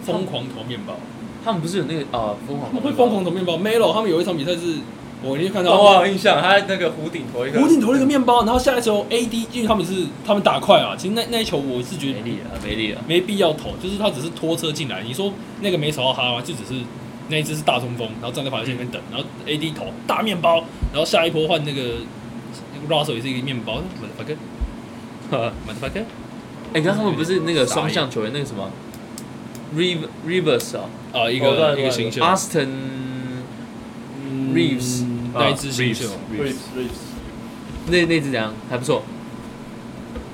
疯狂投面包，他们不是有那个啊疯他狂们会疯狂投面包。Melo 他们有一场比赛是，我一定看到他哦，们我好有印象，他那个弧顶投一个，胡顶投了一个面包，然后下来时候 AD，因为他们是他们打快啊，其实那那一球我是觉得没力了，没力了。没必要投，就是他只是拖车进来。你说那个没守到他吗？就只是那一只是大中锋，然后站在罚球线那边等，然后 AD 投大面包，然后下一波换那个那个 Russell 也是一个面包，motherfucker，motherfucker，哎，刚刚他们不是那个双向球员那个什么 Reeves Reeves 啊 啊一哦对个对一个新秀，啊，Austin Reeves 那一只新秀，那那只怎样？还不错。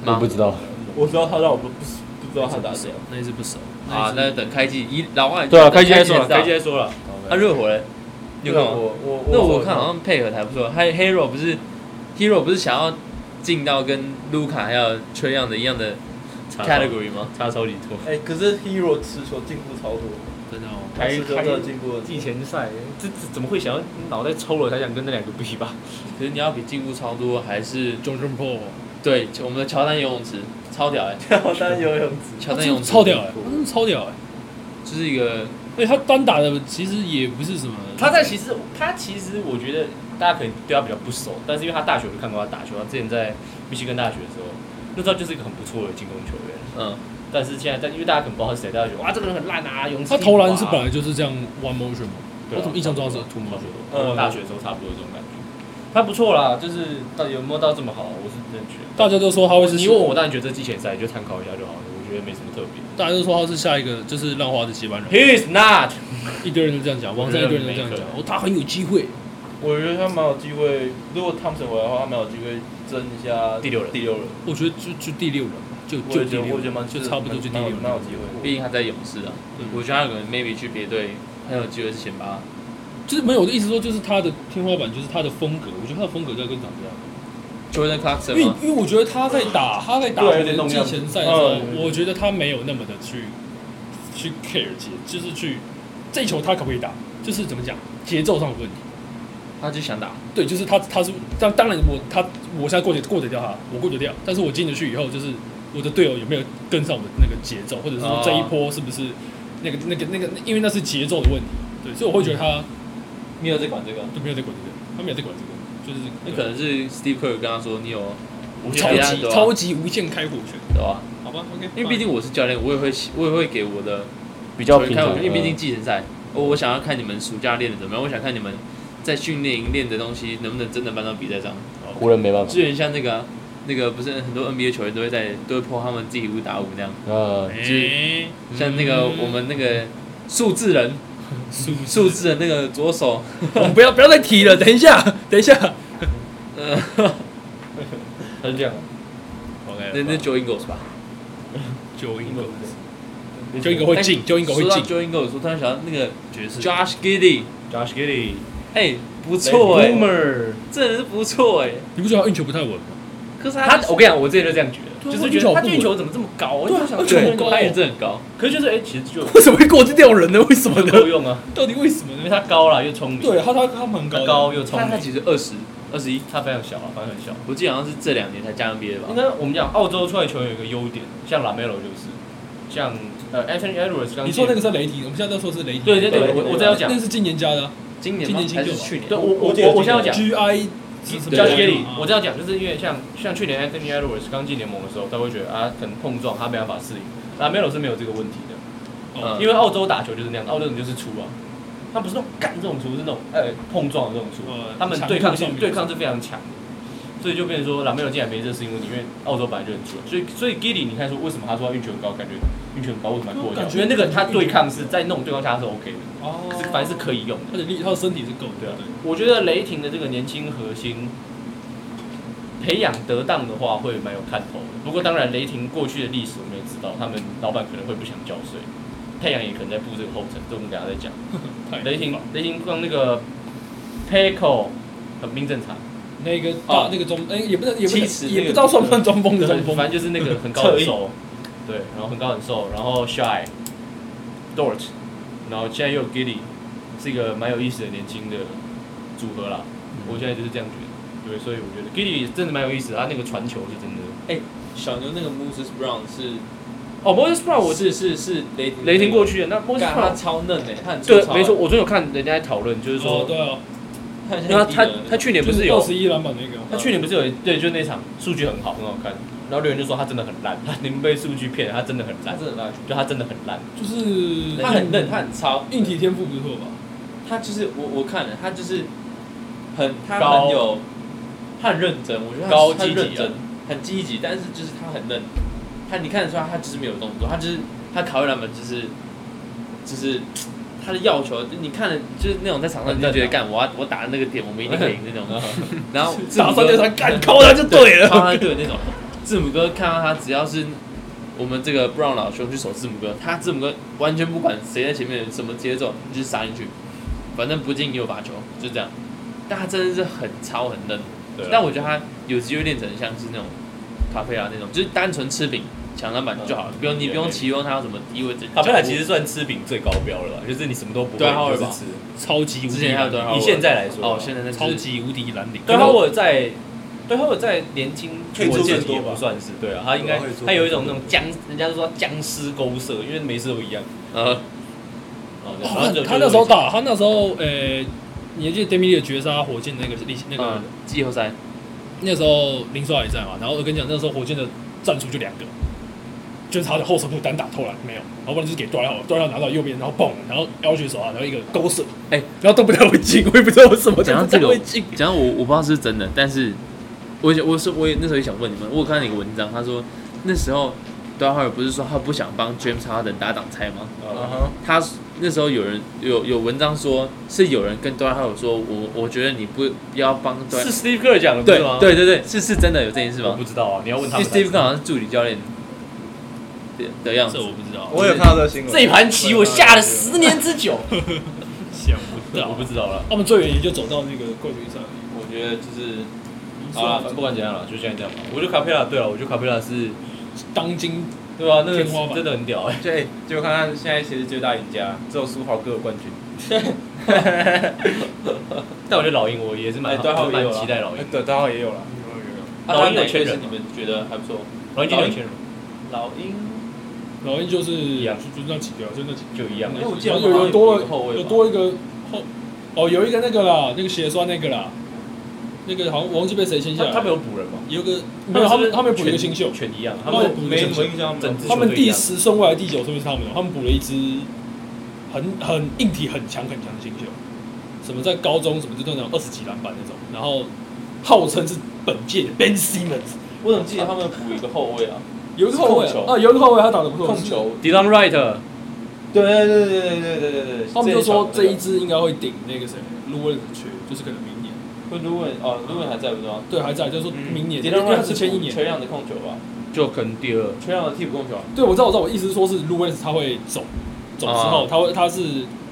我不知道，我知道他，但我不不不知道他打谁。那一只不熟啊，那等开季一老外对啊，开机季再说了，开机再说了，啊，热火嘞，你有看吗？我我那我看好像配合得还不错。还 Hero 不是 Hero 不是想要进到跟卢卡还有崔样的一样的 category 吗？差超级多，哎，可是 Hero 持球进步超多，真的哦，开持球都有进步了。季前赛，这这怎么会想要脑袋抽了才想跟那两个比吧？可是你要比进步超多，还是 Jordan p o 对我们的乔丹游泳池超屌哎、乔丹游泳池，乔丹游泳池超屌哎，他真的超屌哎，就是一个而且他单打的其实也不是什么，他在其实他其实我觉得大家可能对他比较不熟，但是因为他大学我就看过他打球，他之前在密西根大学的时候，那时候就是一个很不错的进攻球员。嗯，但是现在，但因为大家可能不知道是谁，大家觉得哇这个人很烂啊，勇士他一投篮把是本来就是这样 one motion 吗？对我啊啊怎么印象中他是 two 差不 motion？哦嗯多我大学的时候差不多这种感觉。他不错啦，就是到底有没有到这么好，我是真的觉得。大家都说他会是你问我，当然觉得这季前赛就参考一下就好了，我觉得没什么特别。大家都说他是下一个就是浪花的接班人， He is not。一堆人都这样讲，网上一堆人都这样讲，哦，他很有机会，我觉得他蛮有机会。如果汤神回来的话，他蛮有机会争一下第六人第六人，我觉得就就第六人吧，就我就也第觉得，六我觉得人，蛮就差不多就第蛮六有蛮有人机，毕会。竟他在勇士啊，对我觉得他可能 maybe 去别队很有机会是先发，嗯就是没有我的意思说，就是他的天花板就是他的风格，我觉得他的风格在跟长这样， Jordan 因 Clarkson 为吗？因为我觉得他在打他在打对有点季动前赛的时候嗯，我觉得他没有那么的去去 care 节，就是去这球他可不可以打，就是怎么讲节奏上有问题。他就想打，对，就是他，他是当当然我他我现在过得过得掉他，我过得掉，但是我进得去以后，就是我的队友有没有跟上我的那个节奏，或者是说哦这一波是不是那个那个那个，因为那是节奏的问题，对，所以我会觉得他没有在管这个。都没有在管这个，他没有在管这个，就是那可能是 Steve Kerr 跟他说你有无超限压级对吧超嗯级无限开火权，对吧？好吧，OK，因为毕竟我是教练，我也会我也会给我的比球较员平看呃我，常，因为嗯毕竟季前赛，哦我我想要看你们暑假练的怎么样，我想看你们在训练营练的东西能不能真的搬到比赛上。湖人没办法，之前像那个啊、那个不是很多 NBA 球员都会在都会破他们自己五打五那样，呃，哎，像那个嗯我们那个数字人数数字人那个左手，我们不要不要再提了，等一下，等一下呃，他是这样，那，OK，那 Joe Ingles 吧，九英狗，九英狗会进，九英狗会哎说到进， Joe Ingles，我突然想到那个爵士 Josh Giddy， Josh Giddy，哎、不错哎、 Boomer，这人是不错哎、你不觉得他运球不太稳吗？可是他他我跟你讲，我之前就这样觉得，对啊就是觉得他运球怎么这么高，我就想对这对人高他也是很高，可是就是哎，其实就 为什么会过这掉人呢？为什么不 呢？够用啊，到底为什么因为？他高啦又聪明， 对，啊他他他蛮高他的，高又聪他他明，其实二十二十一，他非常小啊，反正很小。我记得好像是这两年才加 NBA 的应吧。该我们讲澳洲出来球员有一个优点，像 Lamelo 就是，像呃 Anthony Edwards 刚进你说那个是雷霆，我们现在在说是雷霆，对对对，对我我这要讲那，是今年加的啊，今年今吗年新还是旧吧去年对？我我我我现在要讲 G I 教学里，哦我这样讲，就是因为像像去年 Anthony Edwards 刚进联盟的时候，他会觉得啊，可能碰撞他没办法适应。拉梅罗是没有这个问题的，哦因为澳洲打球就是那样，澳洲人就是出啊，他不是那种干这种出，是那种呃碰撞的这种出，呃他们强对度嗯抗上性面对抗是非常强的，所以就变成说拉梅罗进来没这适应问题，因为澳洲本来就很出，所以所以 Giddy 你看说为什么他说他运气很高，感觉运气很高为什么还过感掉？觉因为那个他对抗是在那种对抗下是 OK 的，哦，是反正是可以用他的。的力，他的身体是够的，对啊，我觉得雷霆的这个年轻核心培养得当的话，会蛮有看头的。不过当然，雷霆过去的历史我们也知道，他们老板可能会不想交税，太阳也可能在步这个后尘，这我们等一下再讲。太雷霆雷霆光那个 Paco 很命正常，那个哦大那个中，哎，也不能也不七能尺也那不个知道算不算中锋的中锋，反正就是那 个很高很瘦，对，然后很高很瘦，然后 Shy Dort，然后现在又有 Giddy，是一个蛮有意思的年轻的组合啦。嗯我现在就是这样觉得，对，所以我觉得 Giddy 真的蛮有意思的，他那个传球是真的。小牛那个 Moses Brown 是哦，Moses Brown 我是是是雷霆雷霆过去的，那 Moses 干他 Brown 超嫩诶，他很粗对糙，欸没错，，我最近有看人家在讨论，就是哦说，对哦，他很因为他像他低能他去年不是二有十一篮板那个，他去年不是有对，就是那场数据很好，很好看，然后留言就说他真的很烂，他你们被数据骗了，他真的很他烂，真的很烂，就他真的很烂。就是他很嫩，他很糙，硬体天赋不错吧？他就是我我看了，他就是很他高很有，他很认真，我觉得他高他积极啊认真，很积极，但是就是他很嫩，他你看得出来他就是没有动作，他就是他考验篮板就是就是他的要求，你看了就是那种在场上很你嫩就啊嗯觉得干我要我打那个点 我们一定可以赢那种，然打后三字对母哥三干扣他就对了，超他 啊对那种字母哥看到他只要是。我们这个 Brown 老兄去守字母哥，他字母哥完全不管谁在前面什么节奏，你就是杀进去，反正不进也有罚球，就这样。但他真的是很超很嫩，对啊但我觉得他有机会练成像是那种咖啡啊那种，就是单纯吃饼抢篮板就好了，不用你不用期望他有什么低位的。卡贝拉其实算吃饼最高标了吧，就是你什么都不会，对哈就维是吧吃。超级无之敌前还有蓝，对以现在来说，啊哦，现在那超级无敌蓝领，对哈维尔在，对哈维尔在年轻退出我见更多也不吧算是对啊，他应该对啊退出他有一种那种僵，人家都说僵尸勾射，因为每次都一样。呃哦对然后就哦他他那时候打，他那时候呃，你还记得 d e m i 的绝杀火箭那个历那个嗯季后赛那时候林书豪也在嘛，然后我跟你讲，那时候火箭的战术就两个，就是他的后手可以单打偷篮没有，然后不然就是给段耀，段耀拿到右边，然后蹦，然后腰去手啊，然后一个勾射，哎然后都不太会进，我也不知道为什么，讲到就是这不个太会进。讲到我我不知道是不是真的，但是我也我是我也那时候也想问你们，我有看到一个文章，他说那时候 d a 尔不是说他不想帮 James Harden 打挡拆吗？哦嗯他那时候有人有有文章说是有人跟 d a 尔说，我我觉得你不不要帮 d 是 Steve Kerr 讲的，不对是吗？，对对对，是是真的有这件事我吗不？知道啊，你要问他因为们才知 Steve 道。 Kerr 好像是助理教练的的样子这，我不知道，我有看到这个新闻，这一盘棋我下了十年之久，想不对到。我不知道了。他们最远也就走到那个冠军赛而已。我觉得就是好了，不管怎样了，就现在这样吧。我觉得卡佩拉，对了，啊我觉得卡佩拉是，当今对吧、那个天花板真的很屌哎、对，结果看看现在谁是最大赢家，只有苏豪哥有冠军。但我觉得老鹰我也是蛮，哎，对号我也有蛮了，期待老哎鹰，对，对号也有了。他老当鹰哪有一队缺是人你吗，们觉得还不错？老鹰今老年鹰有缺人吗，老鹰老鹰就是一样就就那几个，就那几个，就一样那哎几我个记得有好像有有一多个后卫吧有多一个后，哦，有一个那个啦，那个血栓那个啦，那个好像我忘记被谁签下来他了，他们有补人吗？有个没有，他们他们补全了一个新秀，全一样，啊他他们们没什么印象，整支他们球队一第样十顺位还是第九顺位是他们的，他们补了一支很很硬体很强很强的新秀，什么在高中什么就那种二十几篮板那种，然后号称是本届的 Ben Simmons，我怎么记得他们补一个后卫啊？有一个后卫是控球啊，有一个后卫他打的不错，控球 d i l o n Wright，对对对对对对对对对。他们就说这一支应该会顶那个谁 l u w i n 的缺，就是可能明年会卢文哦，卢文还在不对吗？对还在，就是说明年，因迪拉为他瑞只签一缺年。样的控球吧？就可能第二。缺样的替补控球啊。对，我知道，我知道，我意思是说是 l u w i n 他会走，走之后他会他是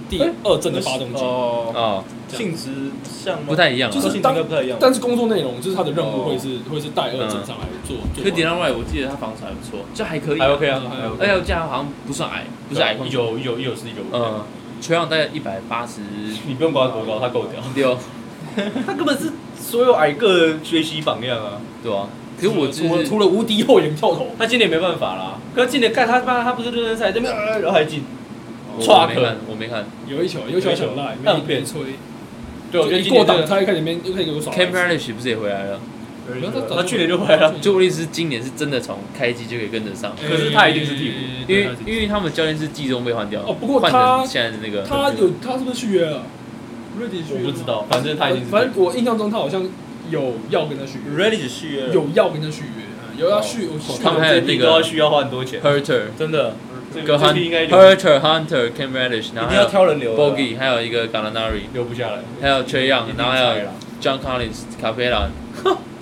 第二阵的发动机，哦，哦，性质像吗不太一样啊。就性是质当应该不太一样。但是工作内容就是他的任务会是、会是带二阵上来做。做可迪拉瑞，我记得他防守还不错，就还可以啊。还 OK 啊，还 OK 还而 OK，且我记得他好像不算矮，不是矮控一球，九一九一九四一九五，嗯，缺氧大概一百八十你不用管他多高，他够屌，六，他根本是所有矮个的学习榜样啊。对啊。可是我就除了是除了无敌后仰跳投，他今年没办法啦，可是今年看他他他不是热身赛这边，呃然后还进，我没看，我没看，有一球有一球很赖，那很没扁没吹，对，我觉得一今过年这档，个他又开始面又开始给我耍 c a m p e r 赖 l i s h 不是也回来了？不要再找他去年就回来了就朱利斯今年是真的从开机就可以跟得上，哎可是他一定是替补，嗯因对为他是替补因为他们教练是季中被换掉，哦不过换他成现在的那个，他有他是不是续约了？瑞迪续约我吗不知，道，反正他已经是反正我印象中他好像有要跟他续约， Ready 续约了，有要跟他续约，嗯有要续，我续哦他们还有那都要个需要花很多钱， Herter、真的。这个跟 Hun- 这批应该留 Herter、Hunter、c a m p e r l i s h 一然定后还要有挑人留的啊。 Bogey，还有一个 Gallinari，留不下来。还有 Trey Young，然后还有 John Collins、卡佩拉，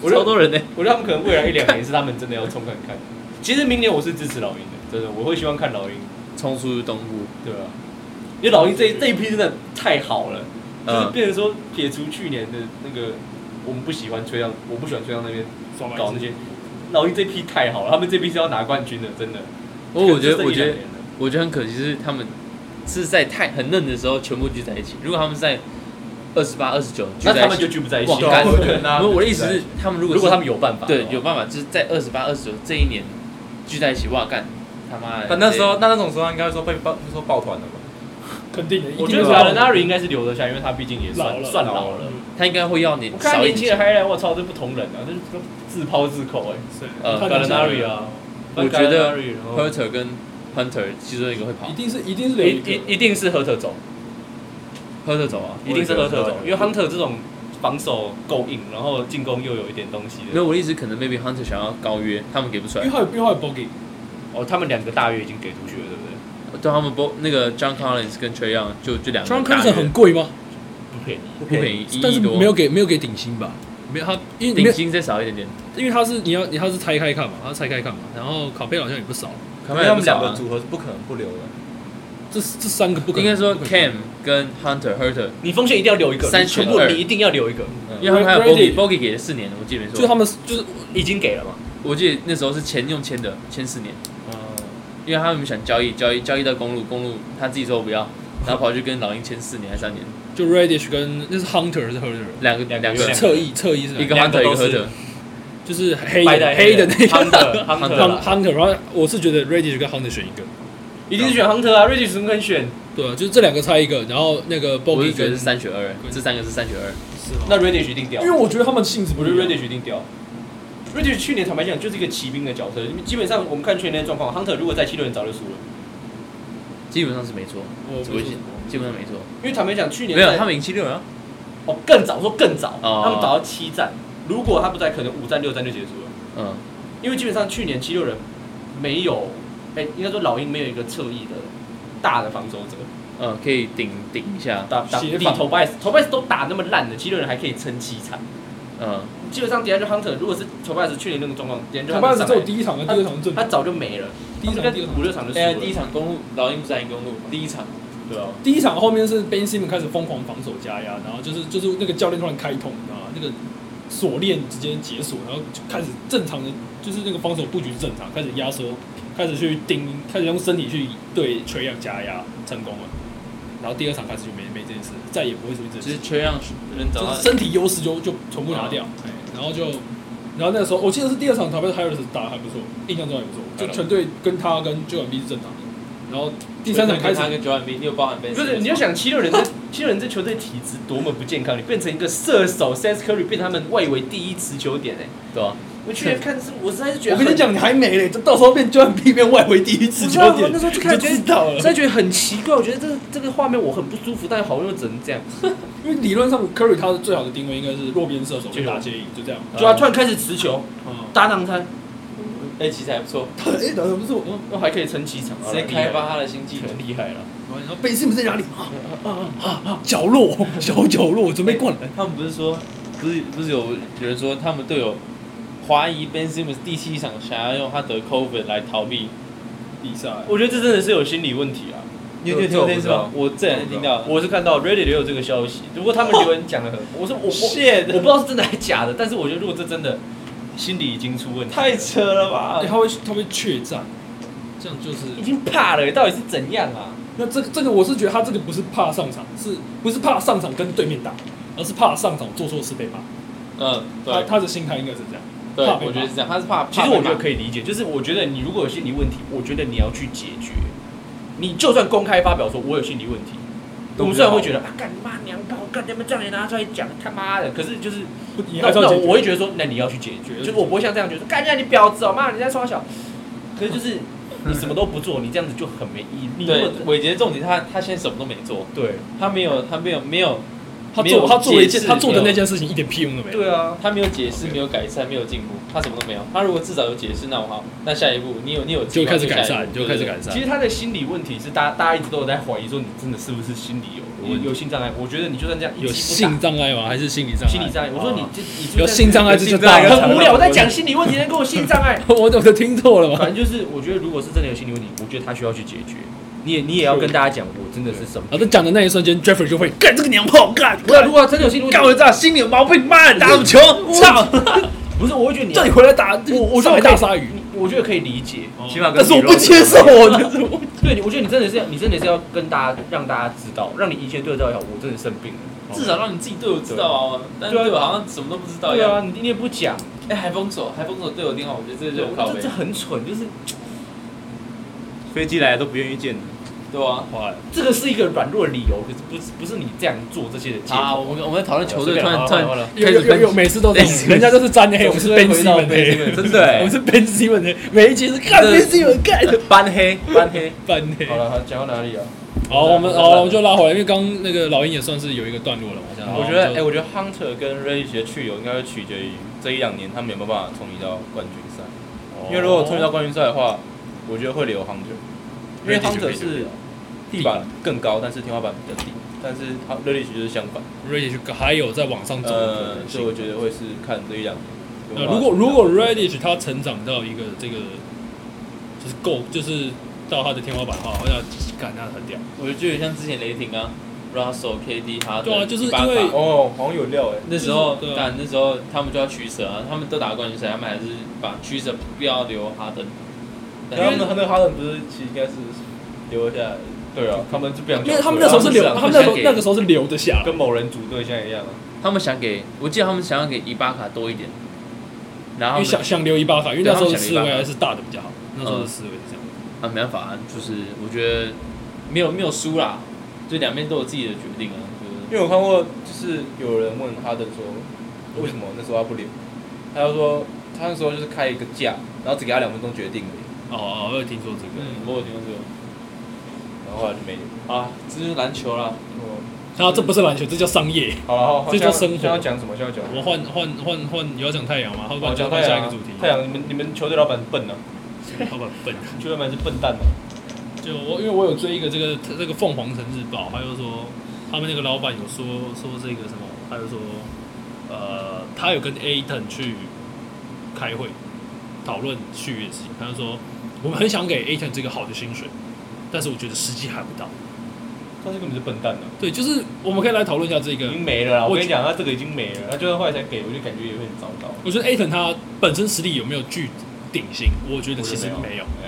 超多人呢。我觉得他们可能未来一两年是他们真的要冲看 看。其实明年我是支持老鹰的，真的，我会希望看老鹰，冲出东部，对吧、啊因为老鹰这这一批真的太好了，就是嗯，变成说撇除去年的那个，我们不喜欢吹浪，我不喜欢吹浪那边耍白搞那痴些，老鹰这批太好了，他们这批是要拿冠军的，真的。不哦过我觉得，可我能就剩一觉两年，得了我觉得很可惜是他们是在太很嫩的时候全部聚在一起。如果他们是在二十八、二十九聚那在他一们就起，聚不在一起哇，对干啊我觉得大家没有我的意思是，他们如果如果是他们有办法，对有办法，就是在二十八、二十九这一年聚在一起，哇干他妈的！但那时候，那那种时候应该说被抱，说抱团了吧？肯定的。我觉得一定要 g a l a 应该是留得下，因为他毕竟也老算了嗯算老了。他应该会要你我看他少一年轻人点。还来，我操，这不同人啊，这都自抛自口哎、谁呃他 g 拿 a l 下 a 来 n 啊，我觉得 Gallinari，然后 Herter 跟 Hunter 其中一个会跑一定是一定是一留一个一定是 Hunter 走， ，Herter 走啊。一定是我也觉 Hunter 得走，因为 Hunter 这种防守够硬，然后进攻又有一点东西没的。有，我的意思可能 maybe Hunter 想要高约，他们给不出因来为。还有因为还有 Bogey，哦，他们两个大约已经给出去了，对不对？对他们不那个 John Collins 跟 Trey Young 就就两个 John 大 Collins 约很贵吗？不便宜。不便宜，一但是亿多没有给没有给顶薪吧？没有他，因为没顶有薪再少一点点。因为他是你要你他是拆开看嘛，他是拆开看嘛，然后考贝好像也不少，卡因麦为也他不们少两啊个组合是不可能不留的。这这三个不可能应该说不可能 Cam 跟 Hunter Herter，你锋线一定要留一个，三选如果二嗯你一定要留一个，因为他们还有 Brady Bogey Bogey 给了四年，我记得没错。就是他们就是已经给了嘛。我记得那时候是前用签的，签四年，因为他们想交易，交易交易到公路，公路他自己说不要，然后跑去跟老鹰签四年还是三年，就 Radish 跟那是 Hunter 还是 Hunter，两个两个两个月侧翼侧翼是哪一个两个 Hunter 一都个是 Herter，就是黑白的的黑的那个 Hunter Hunter 啦 Hunter，然后我是觉得 Radish 跟 Hunter 选一个，一定是选 Hunter 嗯啊 r i c h 怎么可能选？对啊，就是这两个猜一个，然后那个我 Bogey 是觉得跟是三选二，这三个是哦三选二。那 Reddish 一定掉因为。我觉得他们性质不我觉得是 Reddish 一定掉。Reddish 去年坦白讲就是一个骑兵的角色，因为基本上我们看去年的状况，Hunter 如果在七六人早就输了，基本上是没错，我我记基本上没错，因为坦白讲去年没有在他们赢七六人啊，哦更早说更早，哦他们打到七战，如果他不在，可能五战六战就结束了，嗯，因为基本上去年七六人没有，哎、应该说老鹰没有一个侧翼的大的防守者，嗯，可以顶顶一下，打打协比防头拜头拜都打那么烂的，七六人还可以撑七场，嗯，基本上 d a n g e Hunter 如果是头拜去年那个状况 d a n g e 他们 Hunter 只上有来第一场跟第二场正他早就没了，第一场他们第二应该场五六啊场就输哎，了，第一场公路老鹰不在赢公路，第一场对啊。第一场后面是 Ben Simmons 开始疯狂防守加压，然后就是就是那个教练突然开通，你知道吗？那个锁链直接解锁，然后就开始正常的，就是那个防守布局正常，开始压缩，开始去盯，开始用身体去对锤样加压，成功了。然后第二场开始就没没这件事，再也不会出现这就件是事，缺让人找就到啊是身体优势就就全部拿掉，哦哎然后就。然后那时候，我记得是第二场淘汰 Harris 打得还不错，印象中还不错，啊就全队跟他跟 j o a n B 是正常的。然后第三场开始他跟九万 B，你有包含 Ben，不是，你要想七六人这七六人这球队体质多么不健康，你变成一个射手 s a s Curry 变成他们外围第一持球点哎、对啊，我去年看是，我实在是觉得我跟你很，讲，你还没嘞，这到时候变 John B 变外围第一次我球知道点，那时候就开始你觉就得知道了实。在觉得很奇怪，我觉得这个这个画面我很不舒服，但好像又只能这样。 因为理论上 Curry 他的最好的定位应该是弱边射手，就打接应，就这样。就他突然开始持球，啊，搭档他，哎，其实还不错，他哎，打的不是我，嗯哦又还可以撑七场，直接开发他的新技能。很厉害了。哦然后贝斯姆在哪里？啊啊啊啊！角落，小角落，准备灌篮。他们不是说，不是不是有有人说他们队友怀疑 Ben Simmons 第七场想要用他得 COVID 来逃避，比赛我觉得这真的是有心理问题啊。你有你有听过这件事吗？我这两天听到，我是看到 Reddit 也有这个消息，如果他们留言讲的很，我说我我我不知道是真的还是假的，但是我觉得如果这真的，心理已经出问题了，太扯了吧哎，？他会他会怯战，这样就是。已经怕了，到底是怎样啊？那这个这个我是觉得他这个不是怕上场，是不是怕上场跟对面打，而是怕上场做错事被骂。嗯，他对他的心态应该是这样。对，怕被我觉得骂是这样，他是怕。其实我觉得以，可以理解，就是我觉得你如果有心理问题，我觉得你要去解决。你就算公开发表说我有心理问题，我们虽然会觉得啊，干你妈娘炮，干你们这样也拿出来讲，他妈的！可是就是那那我会觉得说，那你要去解决，就是我不会像这样觉得，干人家你婊子哦，妈人家双小。可是就是你什么都不做，你这样子就很没意义。你如嗯对果，伟杰重点他他现在什么都没做，对他没有他没有没有他没有做他做了一件解释他做的那件事情一点屁用都没有。对啊，他没有解释，没有改善，没有进步，他什么都没有。他如果至少有解释，那我好，那下一步你有你有计就划开始改下一善，步就开始。改善。其实他的心理问题是大家大家一直都有在怀疑说你真的是不是心理有有有性障碍？我觉得你就算这样一有击不性打障碍吗？还是心理障碍？心理障碍，我哦说你这你就算有性障碍这就大了。很无聊，我在讲心理问题，能跟我性障碍？ 我我都听错了 吧？ 反正就是，我觉得如果是真的有心理问题，我觉得他需要去解决。你也你也要跟大家讲，我真的是什么？然后在讲的那一瞬间，Jeffrey 就会干这个娘炮，干不是，啊如果真的有心理问题干，我这样心里有毛病，妈打什么球？操！不是，我会觉得你叫你回来打，我我上海大鲨鱼，我觉得可以理解。哦起码跟但是我女不肉接受，我对，你我觉得你真的是要，你真的是要跟大家让大家知道，让你一切对得到好，我真的生病了。至少让你自己队友知道啊，但对啊队友好像什么都不知道一对样。啊，你你也不讲，哎，还封锁，还封锁队友电话，我觉得这就对很我靠觉背得这，很蠢，就是飞机来了都不愿意见你，对啊。这个是一个软弱的理由，可是不是不是你这样做这些的借啊，口。我们我们在讨论球随队，便突然好突 然好了 有有有有，每次都这样，人家都是詹黑，我们是 Ben 回到 Simmons 黑，真的我哎们，是 Ben Simmons 黑，每一集是干 Ben Simmons 干的班黑班黑，翻黑。好了，好讲到哪里啊？好，我们好，我们就拉回来，因为刚刚那个老鹰也算是有一个段落了，我想。我觉得哎，我觉得 Hunter 跟 Reddish 的去留应该会取决于这一两年他们有没有办法冲击到冠军赛，哎因为如哦果冲击到冠军赛的话，我觉得会留 Hunter，因为 Hunter 是地板更高，但是天花板比较低，但是他 Reddish 就是相反， Reddish 还有在往上走的可呃，能所以性我。觉得会是看这一两年有那没有办法。如果如果 Reddish 他成长到一个这个就是够，就是到他的天花板的话，我想干那很屌。我就有点像之前雷霆啊，Russell、KD 他对啊就是因为哦，好像有料哎，那时候就是对啊干那时候他们就要取舍啊，他们都打冠军赛，他们还是把取舍不要留哈登，因为但他们那哈登不是其实应该是留下来的，对啊，他们就不想因为他们那时候是留，他们那时候那个时候是留得下来，跟某人组队现在一样啊，他们想给，我记得他们想要给伊巴卡多一点，然因后为他想们想留一巴卡，因为那时候的思维对他们想留一巴卡还是大的比较好，那时候的思维是这样。嗯啊没办法啊，就是我觉得没有没有输啦，就两边都有自己的决定啊，就是因为我看过就是有人问哈登说为什么那时候他不留，他就说他那时候就是开一个价，然后只给他两分钟决定而已哦哦，我有听说这个。嗯，我有听过这然后后来就没留。个啊，这就是篮球啦，然后这不是篮球，这叫商业。哦好了，好，好这叫现在生活现在要讲什么？现在要讲什我么们换换换换，有要讲太阳吗？好，不然哦讲就太换下一个阳主题。太阳，你们你们球队老板笨啊，好吧，笨。你球队老板是笨蛋啊。就我因为我有追一个这个这个凤凰城日报，还有说他们那个老板有说说这个什么，还有说呃，他有跟 Aton 去开会讨论续约事情，他就说我们很想给 Aton 这个好的薪水，但是我觉得时机还不到。他这根本是笨蛋啊，对，就是我们可以来讨论一下这已个。经没了啦！我我跟你讲，他这个已经没了，他就算后来才给，我就感觉有点糟糕。我觉得 Aton 他本身实力有没有具顶薪，我觉得其实我觉得没有。没有。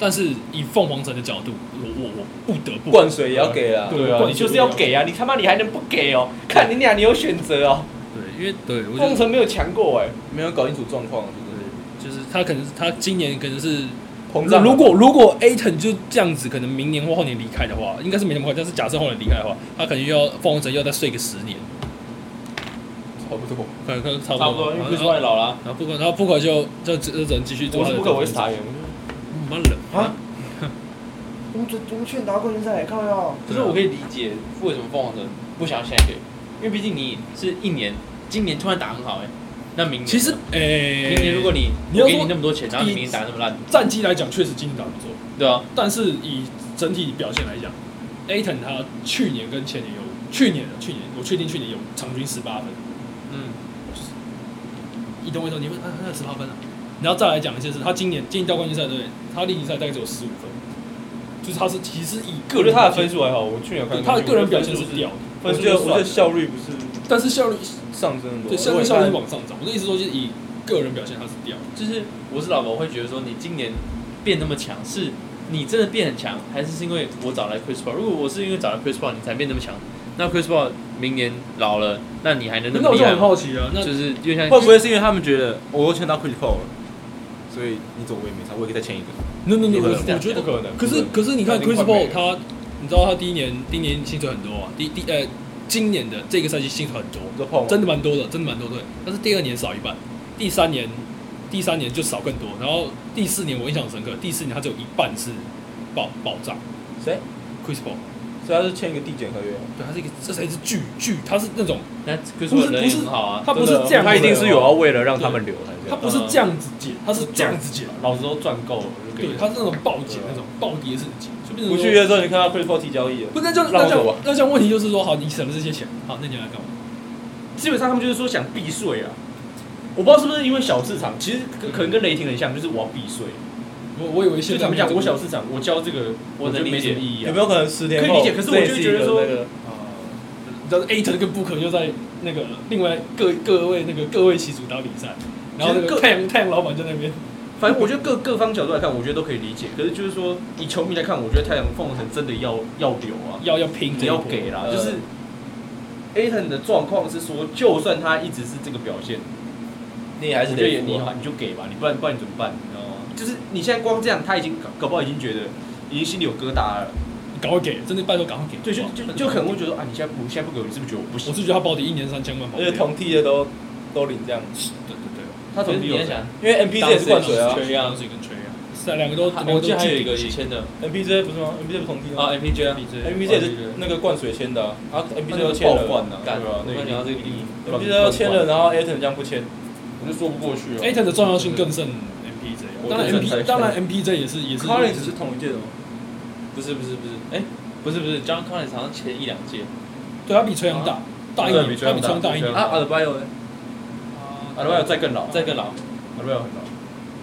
但是以凤凰城的角度，我我我不得不灌水也要给啊，对对啊，你就是要给啊！你他妈你还能不给哦？看你俩，你有选择哦。对，因为对我觉得凤城没有强过哎，没有搞清楚状况，就就是是他可能是他今年可能是膨胀。如果如果 Aton 就这样子，可能明年或后年离开的话，应该是没那么快。但是假设后年离开的话，他可能又要凤凰城又要再睡个十年，差不多，可能可能差不差不多，多。因为然不是后外老啊啦，然后不可，然后不可就就只就只能继续做我他是的工不可，作。我会傻眼。嗯蛮冷啊！我们我们去拿冠军赛，看到可是我可以理解为什么凤凰城不想要现在给，因为毕竟你是一年，今年突然打很好哎、那明年呢其实，明诶，年如果你你要我说给你那么多钱，然后你第明年打那么烂，战绩来讲，确实今年打不错，对啊，但是以整体表现来讲，Aton 他去年跟前年有，去年去年我确定去年有场均十八分，嗯，移动位置，你会啊，那十八分啊。然后再来讲一件事，他今年进到冠军赛，对不对？他例行赛大概只有十五分，就是他是其实以我个觉得人他的表分现，数还好，我去年对有看过他的个人表现我是觉得掉的，分分数数是，我觉得我觉得算效率不是但是效率上升很多，对效率效率是往上涨。我的意思说，就是以个人表现他是掉的，就是我是老婆，我会觉得说你今年变那么强，是你真的变很强，还是是因为我找来 Chris Paul？如果我是因为找来 Chris Paul 你才变那么强，那 Chris Paul 明年老了，那你还能那那么我厉就害啊很吗？好奇啊了，那就是就像会不会是因为他们觉得哦我都签到 Chris Paul 了，所以你走我也没差，我也可以再签一个。那那那不可我能我觉得不可能可是不可能可是你看肯定 Chris 换 Paul 人他你知道他第一年第一年薪水很多啊，第第呃今年的这个赛季薪水很多，你说碰真的蛮多的，真的蛮多对。但是第二年少一半，第三年第三年就少更多，然后第四年我印象很深刻，第四年他只有一半是爆爆炸谁？ ，Chris Paul，所以他是签一个递减合约啊，对，他是一个这才是巨巨，他是那种那可不是人不也是很好啊，他不是真的这样子的，他一定是有要为了让他们留才这他样。不是这样子解，他是这样子啊解，老子都赚够了，我就给对，你他是那种暴解那种暴跌式的解，就变成不说去约之后，你看到 Chris Paul 提交易了，不是那就让那我这走样吧那这样问题就是说，好，你省了这些钱，好，那你要来干嘛？基本上他们就是说想避税啊。我不知道是不是因为小市场，其实可可能跟雷霆很像，就是我要避税。我我以为就现他在们讲我小市场，我交这个，我觉能得没理解什么意义有啊没。有可能十年可以后理解可是我就这也觉得一个说那个啊，但是 A 特跟 Book 又在那个另外各各位那个各位棋主打比赛，然后那其实个各太阳太阳老板就在那边，反正我觉得各各方角度来看，我觉得都可以理解。可是就是说，以球迷来看，我觉得太阳凤凰城真的要要留啊。要要拼这你一波要给啦，呃就是 Aton 的状况是说，就算他一直是这个表现，你还我是得觉得也付你啊好，你就给吧，你不然不然你怎么办？你知道吗？就是你现在光这样，他已经搞搞不好已经觉得已经心里有疙瘩了，赶快给，真的拜托赶快给，对，就好不好就就可能会觉得说啊，你现在不现在不给我，你是不是觉得我不行我？是觉得他保底一年三千万保而底，啊且同替的都都领这样，对对对，他可总是比你有也想，因为 NPJ 也是灌水啊对吹啊啊，水跟吹啊，是啊，两个都他两都我记得还有巨一个顶以前的，NPJ 不是吗？NPJ 不是同替吗啊，MPJ 啊 NPJ 也是那个灌水签的啊啊，NPJ 那都个签爆了冠啊，对干，吧我？那刚讲到这个例个，NPJ 都签了，，然后 Aton 这样不签，我就说不过去了。 A 特的重要性更胜 MPJ，啊我当然更胜才 MP 当然 MPJ 也是也是 Collins 是同一届的吗？不是不是不是，哎，不是不是，John Collins 好像前一两届，哦对他比吹阳大大一对年，比吹他阳比大吹阳大一比吹年阳。啊阿德巴约呢，啊阿德巴约再更老，再更老，阿德巴约很老，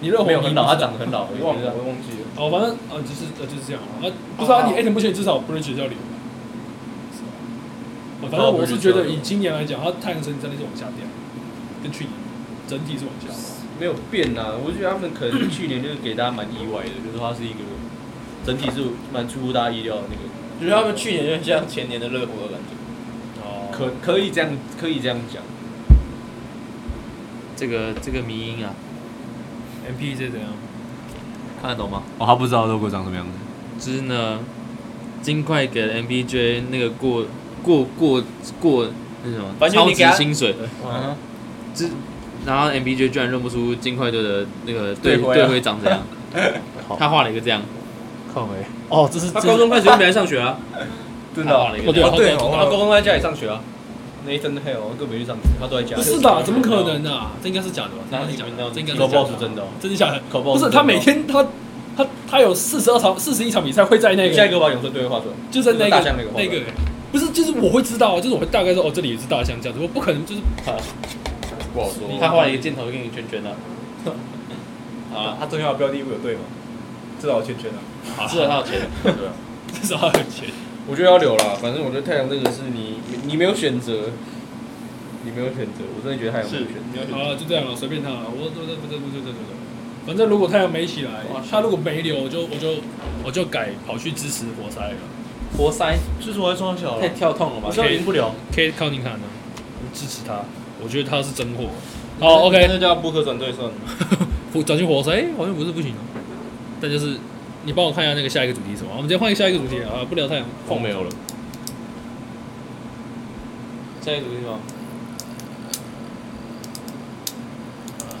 你热火没有很老，你他长得很老，我我忘了，忘了。我忘记了。哦，反正呃就是呃就是这样啊，呃不知道你 A 特目前至少 Bridge 要留。呃反正我是觉得以今年来讲，他太阳神真的是往下掉，跟去年整体是往下。没有变呐、我觉得他们可能去年就是给大家蛮意外的，就是说他是一个整体是蛮出乎大家意料的那个，觉得他们去年就很像前年的热火的感觉，哦可可以这样可以这样讲。这个这个迷音啊， MP 是怎样？看得懂吗？哦，他不知道热火长什么 样子。就是呢，金块给了 MPJ 那个过过过过那什么反正超你给值他薪水，啊啊嗯，这然后 MBJ 居然认不出金块队的那个队队徽啊队徽长怎 样，他画了一个这样，靠哎，哦，这是他高中开始就没来上学啊，真他的画哦。了一哦个这对样，啊，对他高哦他高中都在家里上学啊，Nathan Hill 根本就上学，他都在家。不是吧？怎么可？能啊？这应该是假的吧？这哪应该里是假闻到的，这应该是搞假不好的是真的、哦。真的假的？搞不好不是真的哦他每天他他他有四十二场、四十一场比赛会在那下一个，个把永生队画出来，就在那大个象那个画出来那个，不是就是我会知道，就是我会大概说哦，这里也是大象这样子，我不可能就是不好说 他画了一个箭头跟一个圈圈啊的，好啊了，他重要的标的物有对吗？至少有圈圈啊。好至少他有钱，对啊， 至少要有钱。我觉得要留啦，反正我觉得太阳这个是你你没有选择，你没有选择，哎我真的觉得太阳没有选择。好了，就这样了，随便他了。我我我我我我我，反正如果太阳没起来，他如果没留，我就我就我就改跑去支持活塞了。活塞就是我在双小太跳痛了吧我知？道赢不了。 K 靠近他呢，我支持他，我觉得他是真货。哦好，OK，那叫布克转对算了。不转去活塞，哎好像不是不行啊。但就是你帮我看一下那个下一个主题是什么？我们直接换一个下一个主题啊，不聊太阳。凤没有了，下一个主题吗？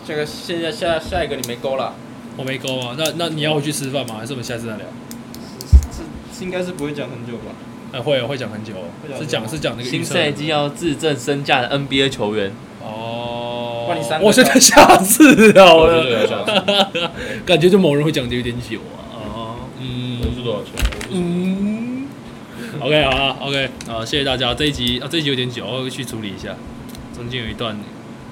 这个现在下下一个你没勾啦，我没勾啊，那那你要回去吃饭吗？还是我们下次再聊？这应该是不会讲很久吧？哎，会哦会讲很久哦会讲，很久是讲是讲那个预新测赛季要自证身价的 NBA 球员，哦帮你删，我觉得下次好我觉哦了，得下 次感觉就某人会讲的有点久啊。哦，嗯，分数多少钱？嗯，OK，好了，OK，啊，谢谢大家。这一集啊，这一集有点久，我会去处理一下。中间有一段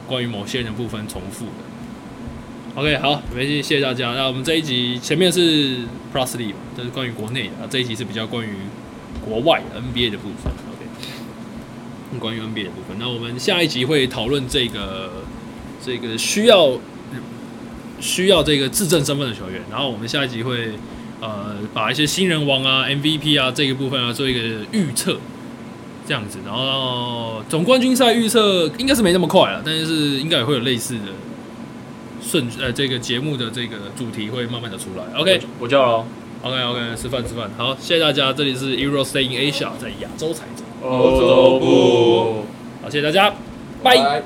关于某些人的部分重复的。OK，好，没事，谢谢大家。那我们这一集前面是 Plus l e 这是关于国内的，啊，这一集是比较关于国外 NBA 的部分。OK，嗯关于 NBA 的部分，那我们下一集会讨论这个这个需要需要这个自证身份的球员，然后我们下一集会。呃，把一些新人王啊、MVP 啊这个部分啊做一个预测，这样子。然后总冠军赛预测应该是没那么快了，但是应该也会有类似的顺呃这个节目的这个主题会慢慢的出来。OK，我叫了哦， OK OK，吃饭吃饭，好，谢谢大家，这里是 Euro Stay 哦 in Asia，在亚洲财经，欧洲部，好，谢谢大家，拜拜。